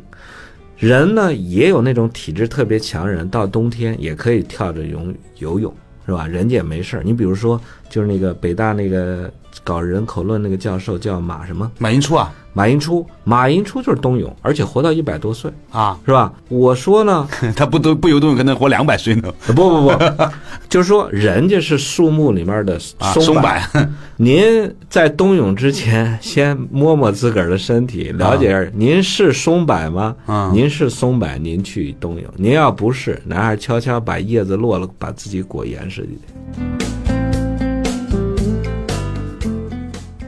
人呢也有那种体质特别强的人，到冬天也可以跳着泳游泳，是吧？人家也没事儿。你比如说，就是那个北大那个搞人口论那个教授叫马什么？马寅初啊马寅初，马寅初就是冬泳，而且活到一百多岁，啊， 是吧？我说呢，他不都不由动，可能活两百岁呢。 不不不，就是说人家是树木里面的啊，松松柏，柏 您在冬泳之前，先摸摸自个儿的身体，了解一下，您是松柏吗？啊您是松柏，您去冬泳；您要不是，男孩悄悄把叶子落了，把自己裹严实一点。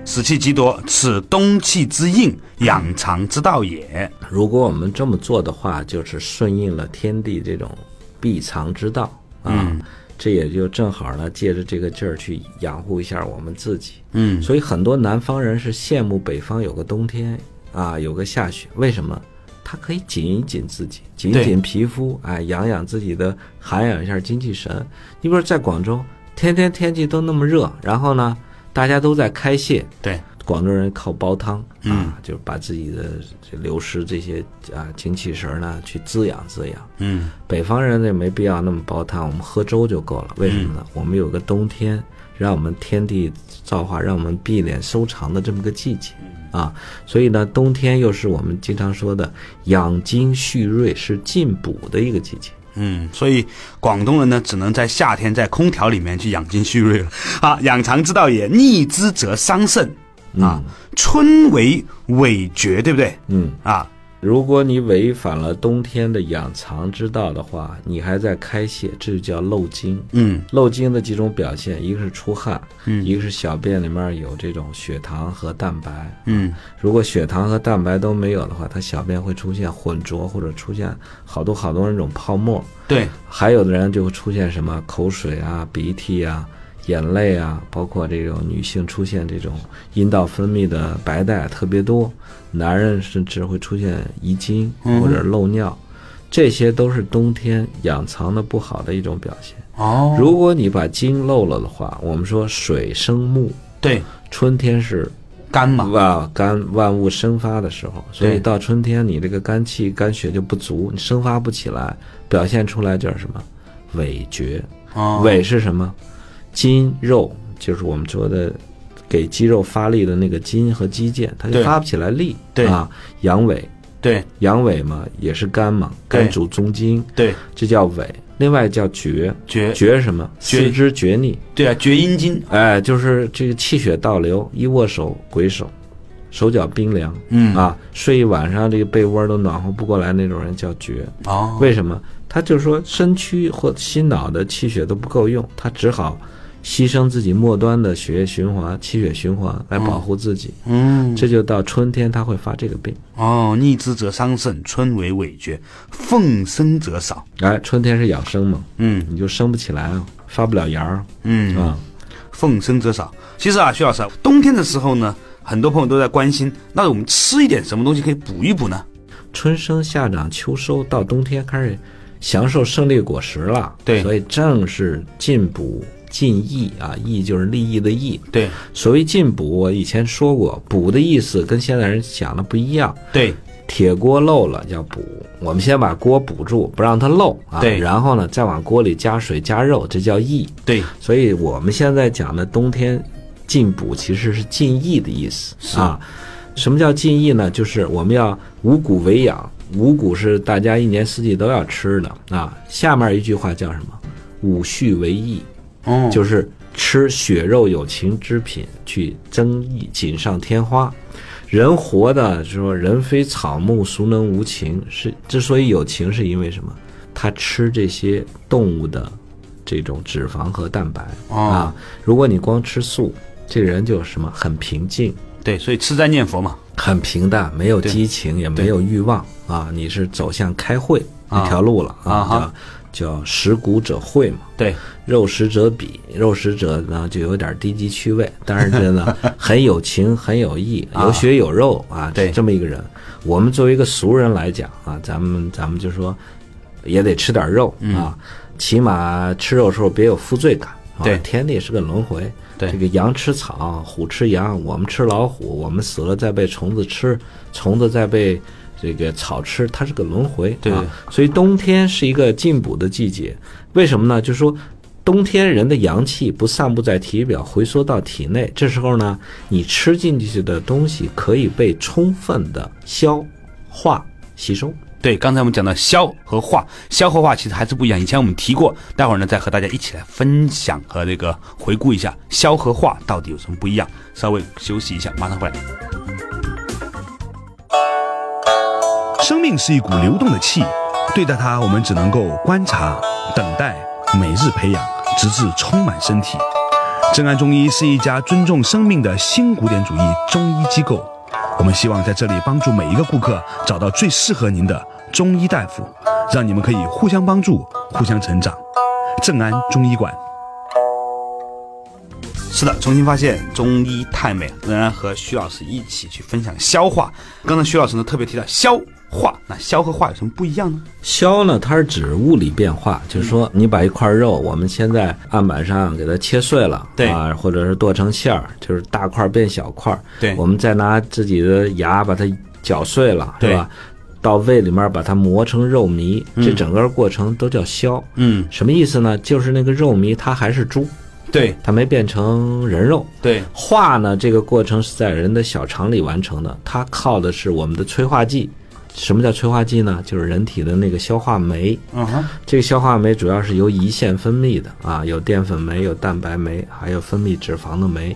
死气极多，此冬气之应，养藏之道也。如果我们这么做的话，就是顺应了天地这种必藏之道啊。嗯这也就正好呢，借着这个劲儿去养护一下我们自己。嗯，所以很多南方人是羡慕北方有个冬天啊，有个下雪，为什么？他可以紧一紧自己，紧一对紧皮肤，哎，养养自己的，涵养一下精气神。你比如在广州，天天天气都那么热，然后呢，大家都在开泄，对，广州人靠煲汤啊，就是把自己的这流失这些啊精气神儿呢去滋养滋养。嗯北方人呢没必要那么煲汤，我们喝粥就够了。为什么呢？我们有个冬天，让我们天地造化，让我们闭敛收藏的这么个季节啊。所以呢，冬天又是我们经常说的养精蓄锐，是进补的一个季节。嗯，所以广东人呢，只能在夏天在空调里面去养精蓄锐了。啊，养藏之道也，逆之则伤肾啊。春为尾绝，对不对？嗯，啊，如果你违反了冬天的养藏之道的话，你还在开泄，这就叫漏精。嗯漏精的几种表现，一个是出汗，嗯一个是小便里面有这种血糖和蛋白，嗯如果血糖和蛋白都没有的话，它小便会出现浑浊，或者出现好多好多那种泡沫。对，还有的人就会出现什么口水啊、鼻涕啊、眼泪啊，包括这种女性出现这种阴道分泌的白带特别多，男人甚至会出现遗精或者漏尿，这些都是冬天养藏的不好的一种表现。哦，如果你把精漏了的话，我们说水生木，对，春天是肝嘛，万肝万物生发的时候，所以对到春天你这个肝气肝血就不足，你生发不起来，表现出来就是什么？尾绝。哦，尾是什么？筋肉，就是我们说的给肌肉发力的那个筋和肌腱，它就对发不起来力。对啊，阳痿，对阳痿嘛也是肝嘛，对肝主中筋，对，这叫痿。另外叫厥，绝厥是什么？厥四肢厥逆。对啊，绝阴经，哎，就是这个气血倒流，一握手鬼手，手脚冰凉，嗯啊，睡一晚上这个被窝都暖和不过来那种人叫绝。哦，为什么？他就是说身躯或心脑的气血都不够用，他只好牺牲自己末端的血液循环、气血循环来保护自己。嗯，这就到春天他会发这个病。哦，逆之则伤肾，春为尾绝，奉生则少，哎，春天是养生嘛，嗯你就生不起来啊，发不了芽儿嗯啊。奉生则少。其实啊，徐老师啊，冬天的时候呢，很多朋友都在关心，那我们吃一点什么东西可以补一补呢？春生夏长秋收，到冬天开始享受胜利果实了。对所以正是进补进益啊，益就是利益的益。对所谓进补，我以前说过，补的意思跟现在人想的不一样。对，铁锅漏了要补，我们先把锅补住，不让它漏啊。对然后呢，再往锅里加水加肉，这叫益。对，所以我们现在讲的冬天进补其实是进益的意思啊。什么叫进益呢？就是我们要五谷为养，五谷是大家一年四季都要吃的啊。下面一句话叫什么？五畜为益，哦，就是吃血肉有情之品，去增益锦上添花。人活的说人非草木，孰能无情？是之所以有情，是因为什么？他吃这些动物的这种脂肪和蛋白、哦啊。如果你光吃素，这人就什么很平静，对，所以吃斋念佛嘛，很平淡，没有对激情，也对没有欲望啊。你是走向开会一条路了啊哈叫叫食古者慧嘛。对，肉食者鄙，肉食者呢就有点低级趣味，但是 真的很有情，很有义，有血有肉啊，对是这么一个人。我们作为一个俗人来讲啊，咱们咱们就说，也得吃点肉嗯啊，起码吃肉的时候别有负罪感。啊对天地是个轮回，对这个羊吃草，虎吃羊，我们吃老虎，我们死了再被虫子吃，虫子再被这个草吃，它是个轮回。对啊，所以冬天是一个进补的季节。为什么呢？就是说，冬天人的阳气不散布在体表，回缩到体内。这时候呢，你吃进去的东西可以被充分的消化吸收。对，刚才我们讲到消和化，消和化其实还是不一样。以前我们提过，待会儿呢再和大家一起来分享和这个回顾一下消和化到底有什么不一样。稍微休息一下，马上回来。生命是一股流动的气，对待它，我们只能够观察、等待，每日培养，直至充满身体。正安中医是一家尊重生命的新古典主义中医机构，我们希望在这里帮助每一个顾客找到最适合您的中医大夫，让你们可以互相帮助、互相成长。正安中医馆。是的，重新发现中医太美，仍然和徐老师一起去分享消化。刚才徐老师呢特别提到消化，那消和化有什么不一样呢？消呢，它是指物理变化，就是说嗯你把一块肉，我们现在案板上给它切碎了，对啊，或者是剁成馅儿，就是大块变小块，对我们再拿自己的牙把它搅碎了，对是吧？到胃里面把它磨成肉糜，这整个过程都叫消。嗯，什么意思呢？就是那个肉糜它还是猪，对它没变成人肉。对，化呢，这个过程是在人的小肠里完成的，它靠的是我们的催化剂。什么叫催化剂呢？就是人体的那个消化酶。嗯哼，这个消化酶主要是由胰腺分泌的啊，有淀粉酶、有蛋白酶，还有分泌脂肪的酶。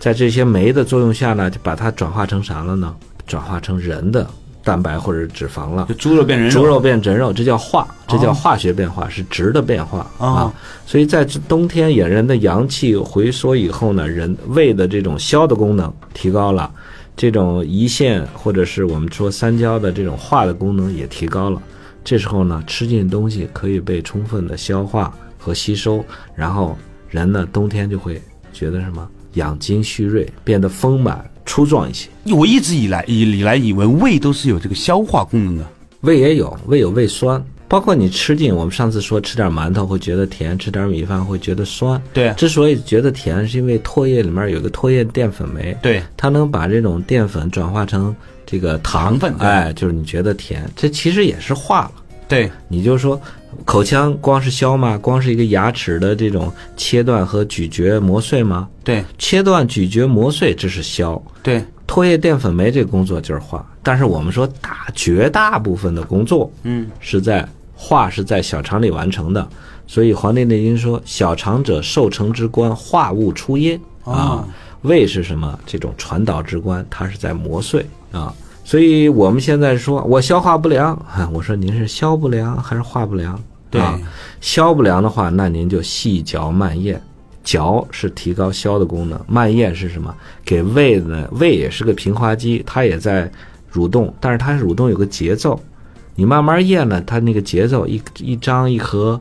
在这些酶的作用下呢，就把它转化成啥了呢？转化成人的蛋白或者脂肪了就。猪肉变人肉，猪肉变人肉，这叫化，这叫化学变化，是质的变化、哦啊。所以在这冬天，野人的阳气回缩以后呢，人胃的这种消的功能提高了，这种胰腺或者是我们说三焦的这种化的功能也提高了。这时候呢，吃进东西可以被充分的消化和吸收，然后人呢冬天就会觉得什么养精蓄锐，变得丰满粗壮一些。我一直以来以以来以为胃都是有这个消化功能的。胃也有，胃有胃酸，包括你吃进，我们上次说吃点馒头会觉得甜，吃点米饭会觉得酸。对之所以觉得甜，是因为唾液里面有一个唾液淀粉酶，对，它能把这种淀粉转化成这个糖糖分对哎，就是你觉得甜，这其实也是化了。对，你就说，口腔光是消吗？光是一个牙齿的这种切断和咀嚼磨碎吗？对，切断、咀嚼、磨碎，这是消。对，唾液淀粉酶这个工作就是化，但是我们说大绝大部分的工作，嗯，是在化是在小肠里完成的，所以《黄帝内经》说“小肠者，受成之官，化物出焉”啊。胃是什么？这种传导之官，它是在磨碎啊。所以我们现在说我消化不良，啊我说您是消不良还是化不良？对啊，消不良的话，那您就细嚼慢咽。嚼是提高消的功能，慢咽是什么？给胃呢，胃也是个平滑肌，它也在蠕动，但是它蠕动有个节奏。你慢慢咽呢，它那个节奏一一张一合，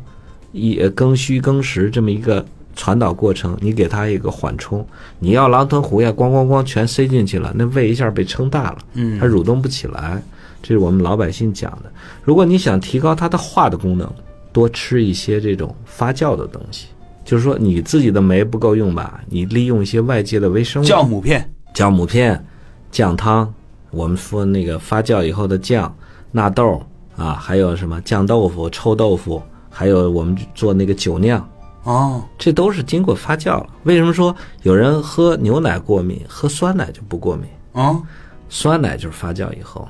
一呃更虚更实这么一个传导过程，你给它一个缓冲。你要狼吞虎咽，咣咣咣全塞进去了，那胃一下被撑大了，嗯，它蠕动不起来。这是我们老百姓讲的。如果你想提高它的化的功能，多吃一些这种发酵的东西。就是说你自己的酶不够用吧，你利用一些外界的微生物，酵母片，酵母片、酱汤，我们说那个发酵以后的酱、纳豆啊，还有什么酱豆腐、臭豆腐，还有我们做那个酒酿，哦，这都是经过发酵了。为什么说有人喝牛奶过敏，喝酸奶就不过敏？哦，酸奶就是发酵以后，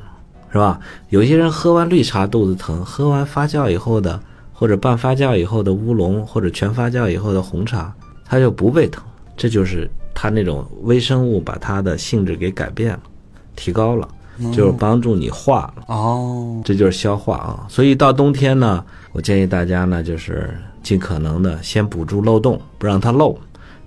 是吧？有些人喝完绿茶肚子疼，喝完发酵以后的或者半发酵以后的乌龙，或者全发酵以后的红茶，它就不胃疼。这就是它那种微生物把它的性质给改变了，提高了，就是帮助你化了，哦，这就是消化啊。所以到冬天呢，我建议大家呢，就是尽可能的先补住漏洞，不让它漏，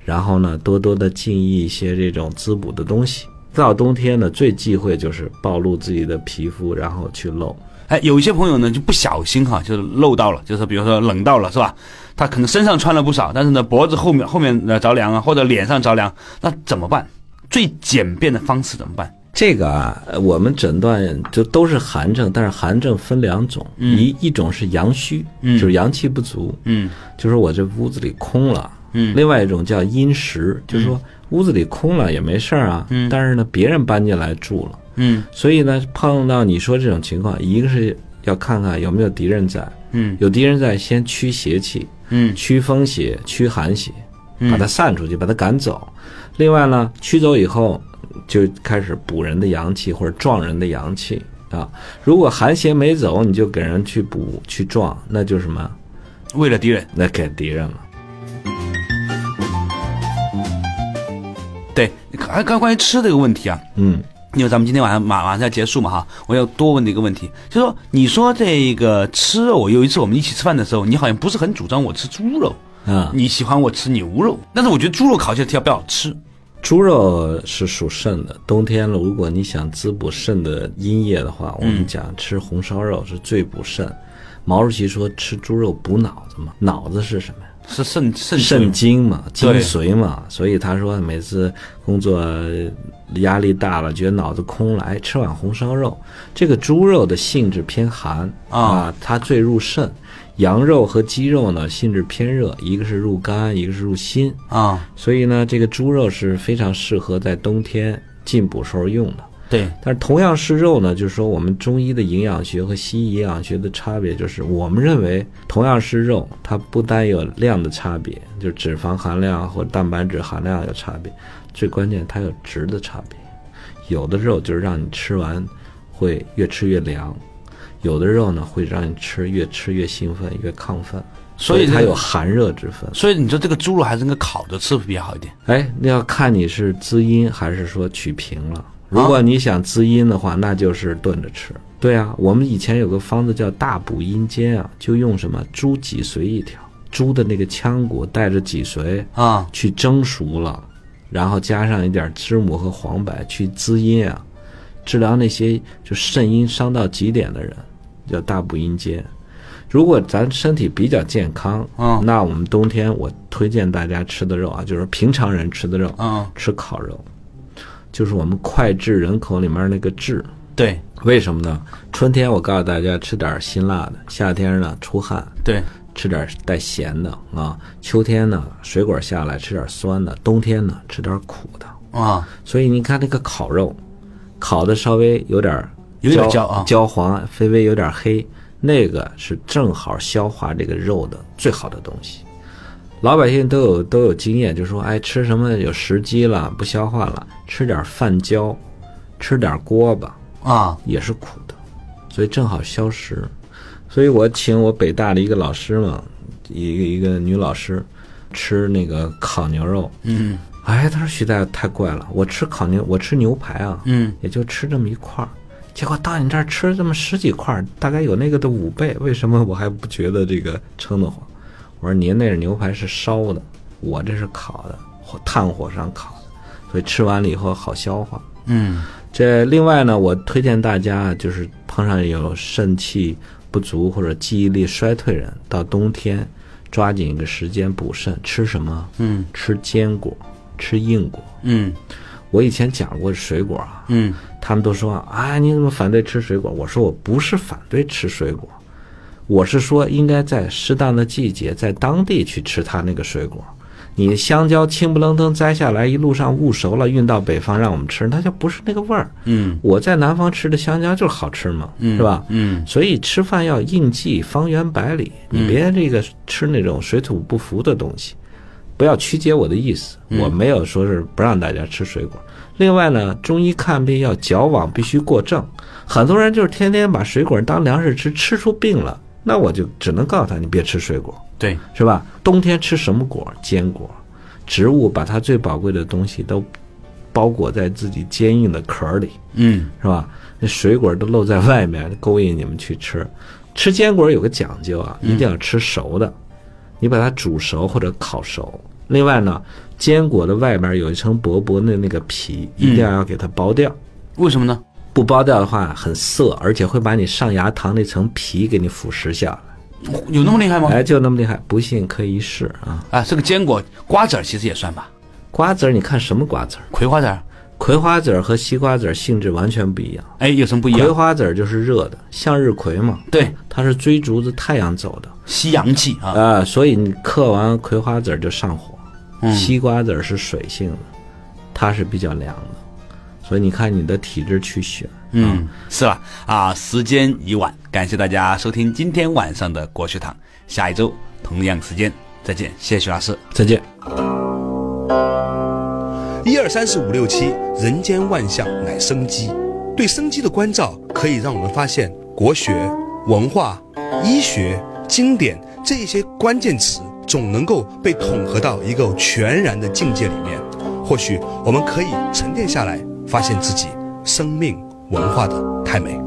然后呢，多多的进益一些这种滋补的东西。到冬天呢，最忌讳就是暴露自己的皮肤，然后去漏。哎，有一些朋友呢就不小心哈，就是漏到了，就是比如说冷到了是吧？他可能身上穿了不少，但是呢脖子后面后面呃着凉啊，或者脸上着凉，那怎么办？最简便的方式怎么办？这个啊，呃我们诊断就都是寒症，但是寒症分两种，一一种是阳虚，就是阳气不足，嗯，就是我这屋子里空了。嗯，另外一种叫阴实，就是说屋子里空了也没事儿啊，嗯，但是呢，别人搬进来住了，嗯，所以呢，碰到你说这种情况，一个是要看看有没有敌人在，嗯，有敌人在先驱邪气，嗯驱风邪、驱寒邪，把它散出去，把它赶走。另外呢，驱走以后就开始补人的阳气或者壮人的阳气啊。如果寒邪没走，你就给人去补去壮，那就是什么？为了敌人，那给敌人了。对，还关关于吃这个问题啊，嗯，因为咱们今天晚上马马上要结束嘛哈，我要多问你一个问题，就说你说这个吃肉，有一次我们一起吃饭的时候，你好像不是很主张我吃猪肉，啊你喜欢我吃牛肉，但是我觉得猪肉烤起来特别好吃，猪肉是属肾的，冬天了，如果你想滋补肾的阴液的话，我们讲吃红烧肉是最补肾。毛主席说吃猪肉补脑子嘛，脑子是什么呀？是肾肾肾精嘛，精对髓嘛，所以他说每次工作压力大了，觉得脑子空了，哎，吃碗红烧肉。这个猪肉的性质偏寒啊它最入肾。羊肉和鸡肉呢，性质偏热，一个是入肝，一个是入心，啊，所以呢，这个猪肉是非常适合在冬天进补时候用的。对，但是同样是肉呢，就是说我们中医的营养学和西医营养学的差别，就是我们认为同样是肉，它不单有量的差别，就是脂肪含量或蛋白质含量有差别，最关键它有值的差别。有的肉就是让你吃完会越吃越凉，有的肉呢会让你吃越吃越兴奋越亢奋，所以这它个有寒热之分。所以你说这个猪肉还是应该烤着吃比较好一点，哎，那要看你是滋阴还是说取平了。如果你想滋阴的话，那就是炖着吃。对啊，我们以前有个方子叫大补阴间啊，就用什么猪脊髓一条，猪的那个腔骨带着脊髓啊，去蒸熟了，然后加上一点知母和黄柏去滋阴啊，治疗那些就肾阴伤到极点的人，叫大补阴间。如果咱身体比较健康，嗯那我们冬天我推荐大家吃的肉啊，就是平常人吃的肉，嗯，吃烤肉，就是我们脍炙人口里面那个炙。对为什么呢？春天我告诉大家吃点辛辣的，夏天呢出汗，对，吃点带咸的啊，秋天呢水果下来吃点酸的，冬天呢吃点苦的。啊，所以你看那个烤肉，烤的稍微有点儿有点焦焦啊焦黄，微微有点黑，那个是正好消化这个肉的最好的东西。老百姓都有都有经验，就说哎，吃什么有食积了，不消化了，吃点饭焦，吃点锅巴，啊，也是苦的，所以正好消食。所以我请我北大的一个老师嘛，一个一个女老师，吃那个烤牛肉。嗯哎，她说徐大夫太怪了，我吃烤牛，我吃牛排啊，嗯，也就吃这么一块儿，结果到你这儿吃这么十几块儿，大概有那个的五倍，为什么我还不觉得这个撑得慌？我说您那是牛排是烧的，我这是烤的，火炭火上烤的，所以吃完了以后好消化。嗯这另外呢，我推荐大家啊，就是碰上有肾气不足或者记忆力衰退人，到冬天抓紧一个时间补肾，吃什么？嗯，吃坚果，吃硬果。嗯我以前讲过水果啊，嗯，他们都说啊、哎，你怎么反对吃水果？我说我不是反对吃水果，我是说应该在适当的季节，在当地去吃它那个水果。你香蕉青不愣登摘下来，一路上捂熟了，运到北方让我们吃，它就不是那个味儿。嗯我在南方吃的香蕉就是好吃嘛，是吧？嗯所以吃饭要应季，方圆百里，你别这个吃那种水土不服的东西，不要曲解我的意思，我没有说是不让大家吃水果。另外呢，中医看病要矫枉必须过正，很多人就是天天把水果当粮食吃，吃出病了，那我就只能告诉他你别吃水果，对，是吧？冬天吃什么果？坚果，植物把它最宝贵的东西都包裹在自己坚硬的壳儿里。嗯是吧？那水果都露在外面，勾引你们去吃。吃坚果有个讲究啊，嗯一定要吃熟的，你把它煮熟或者烤熟。另外呢，坚果的外面有一层薄薄的那个皮，嗯一定要给它剥掉。为什么呢？不剥掉的话很涩，而且会把你上牙膛那层皮给你腐蚀下来。有那么厉害吗？哎，就那么厉害，不信可以一试啊！啊，这个坚果瓜子儿其实也算吧，瓜子儿，你看什么瓜子儿？葵花籽儿，葵花籽儿和西瓜籽儿性质完全不一样。哎，有什么不一葵样？花籽儿就是热的，向日葵嘛，对，它是追逐着太阳走的。吸阳气啊，啊、嗯所以你嗑完葵花籽儿就上火，西瓜籽儿是水性的，它是比较凉的，所以你看你的体质去选。嗯，是吧？啊，时间已晚，感谢大家收听今天晚上的国学堂，下一周同样时间再见，谢谢徐老师。再见。一二三四五六七，人间万象乃生机。对生机的关照，可以让我们发现国学、文化、医学、经典这一些关键词，总能够被统合到一个全然的境界里面。或许我们可以沉淀下来，发现自己生命文化的太美。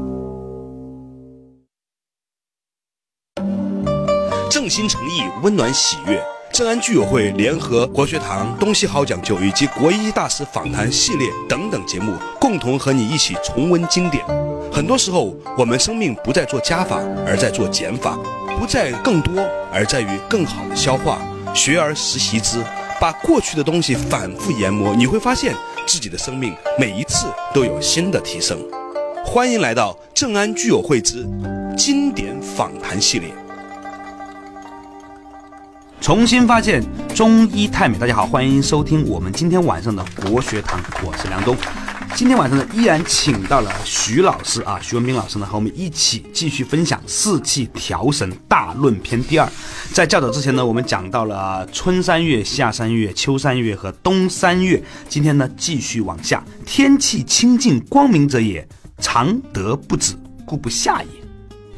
正心诚意，温暖喜悦。正安居委会联合国学堂、东西好讲究以及国医大师访谈系列等等节目，共同和你一起重温经典。很多时候，我们生命不再做加法，而在做减法；不在更多，而在于更好的消化。学而时习之，把过去的东西反复研磨，你会发现自己的生命每一次都有新的提升。欢迎来到正安居委会之经典访谈系列。重新发现中医太美。大家好，欢迎收听我们今天晚上的国学堂，我是梁东。今天晚上呢，依然请到了徐老师啊，徐文斌老师呢，和我们一起继续分享《四气调神大论篇》第二。在较早之前呢，我们讲到了春三月、夏三月、秋三月和冬三月。今天呢，继续往下，天气清净光明者也，常德不止，故不下也。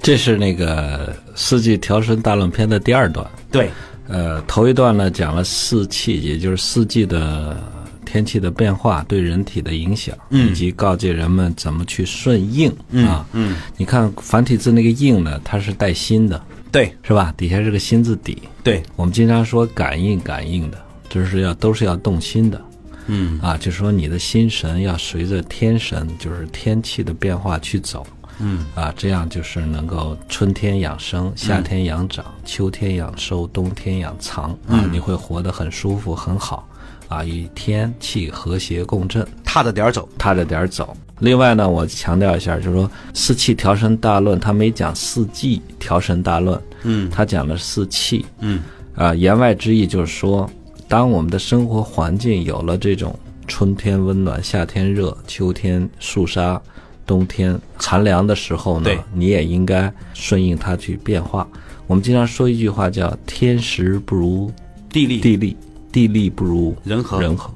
这是那个《四季调神大论篇》的第二段。对，呃，头一段呢讲了四气，也就是四季的天气的变化对人体的影响，以及告诫人们怎么去顺应、啊。嗯，你看繁体字那个“应”呢，它是带心的，对，是吧？底下是个心字底。对，我们经常说感应感应的，就是要都是要动心的。嗯啊，就是说你的心神要随着天神，就是天气的变化去走。嗯啊，这样就是能够春天养生，夏天养长，秋天养收，冬天养藏啊，你会活得很舒服很好啊，与天气和谐共振。踏着点儿走。踏着点儿走。另外呢，我强调一下，就是说《四气调神大论》，它没讲四季调神大论，嗯，它讲的是四气，嗯，啊、言外之意就是说，当我们的生活环境有了这种春天温暖、夏天热、秋天肃杀、冬天寒凉的时候呢对，你也应该顺应它去变化。我们经常说一句话叫“天时不如地利地利，地利不如人和人和。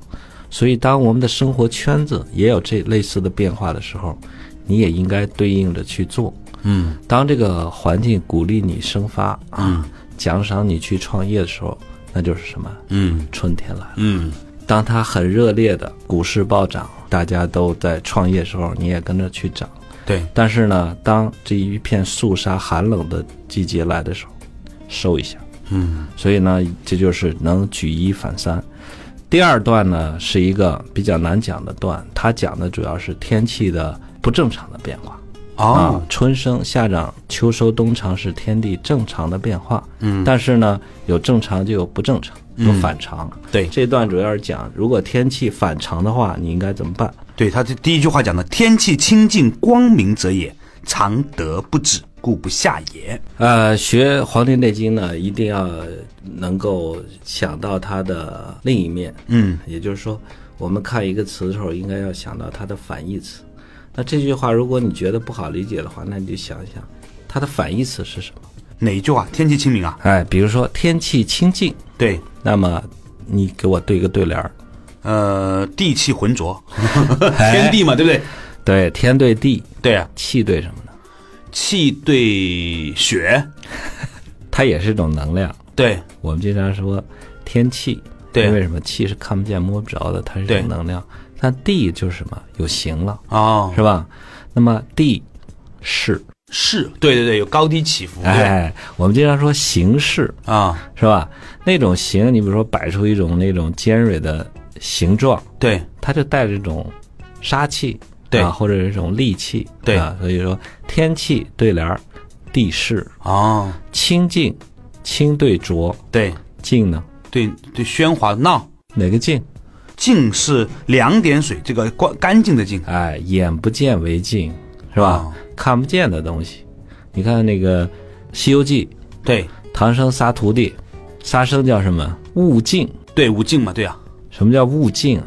所以，当我们的生活圈子也有这类似的变化的时候，你也应该对应着去做。嗯，当这个环境鼓励你生发啊，奖赏你去创业的时候，那就是什么？嗯春天来了。嗯，当它很热烈的股市暴涨，大家都在创业的时候，你也跟着去涨。对，但是呢，当这一片肃杀寒冷的季节来的时候，收一下。嗯所以呢，这就是能举一反三。第二段呢是一个比较难讲的段，它讲的主要是天气的不正常的变化、啊哦，，春生夏长，秋收冬藏是天地正常的变化。嗯但是呢，有正常就有不正常，有反常。对这段主要是讲，如果天气反常的话，你应该怎么办？对，他这第一句话讲的“天气清净光明者也，常德不止，故不下也呃，学《黄帝内经》呢，一定要能够想到它的另一面。嗯，也就是说，我们看一个词的时候，应该要想到它的反义词。那这句话，如果你觉得不好理解的话，那你就想一想，它的反义词是什么？”。哪一句话？天气清明啊？哎，比如说天气清静，对，那么你给我对一个对联儿，呃，地气浑浊， 天地嘛，对不对？对，天对地， 对啊，气对什么呢？气对雪，它也是一种能量。对我们经常说天气，对因为什么？气是看不见摸不着的，它是一对种能量。但地就是什么？有形了，哦，是吧？那么地势，是，对对对，有高低起伏，对哎，我们经常说形势，啊，是吧？那种形，你比如说摆出一种那种尖锐的形状，对，它就带着一种杀气，对啊，或者是一种戾气，对啊。所以说天气对联儿，地势哦，清静，清对浊，对静呢对对，喧哗闹。哪个静？净是两点水，这个干干净的净，哎，眼不见为净，是吧？哦看不见的东西，你看那个《西游记对》，唐僧仨徒弟，仨生叫什么？悟净。对，无净嘛，对啊，什么叫悟净啊？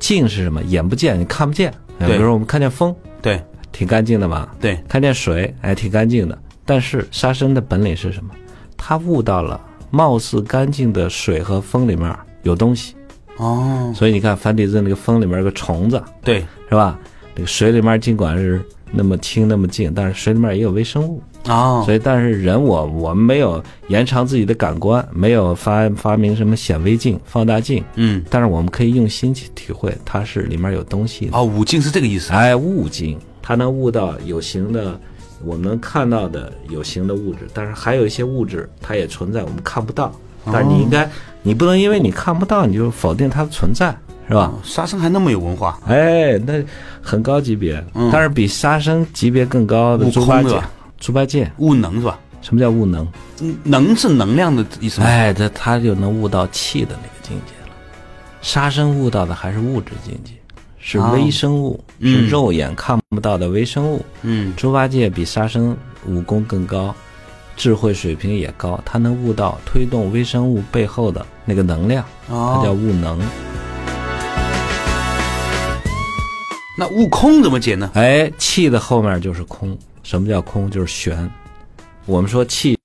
净是什么？眼不见，你看不见。哎比对如说我们看见风，哎对挺干净的吧？对看见水，哎，挺干净的。但是沙僧的本领是什么？他悟到了貌似干净的水和风里面有东西，哦，所以你看梵蒂镇那个风里面有个虫子，对，是吧？这个水里面尽管是那么清那么净，但是水里面也有微生物，哦，所以但是人我我们没有延长自己的感官，没有发发明什么显微镜、放大镜，嗯，但是我们可以用心去体会，它是里面有东西的。哦，五境是这个意思。哎，悟境，它能悟到有形的，我们能看到的有形的物质，但是还有一些物质它也存在，我们看不到。但哦是你应该，你不能因为你看不到你就否定它的存在，是吧？沙僧还那么有文化，哎，那很高级别，嗯但是比沙僧级别更高的悟猪八空是戒吧，猪八戒，悟能是吧？什么叫悟能？嗯能是能量的意思吗？哎，这他就能悟到气的那个境界了。杀生悟到的还是物质境界，啊是哦微生物，嗯是肉眼看不到的微生物。嗯，猪八戒比沙僧武功更高，智慧水平也高，他能悟到推动微生物背后的那个能量，他叫哦，悟能。那悟空怎么解呢？哎，气的后面就是空。什么叫空？就是玄。我们说气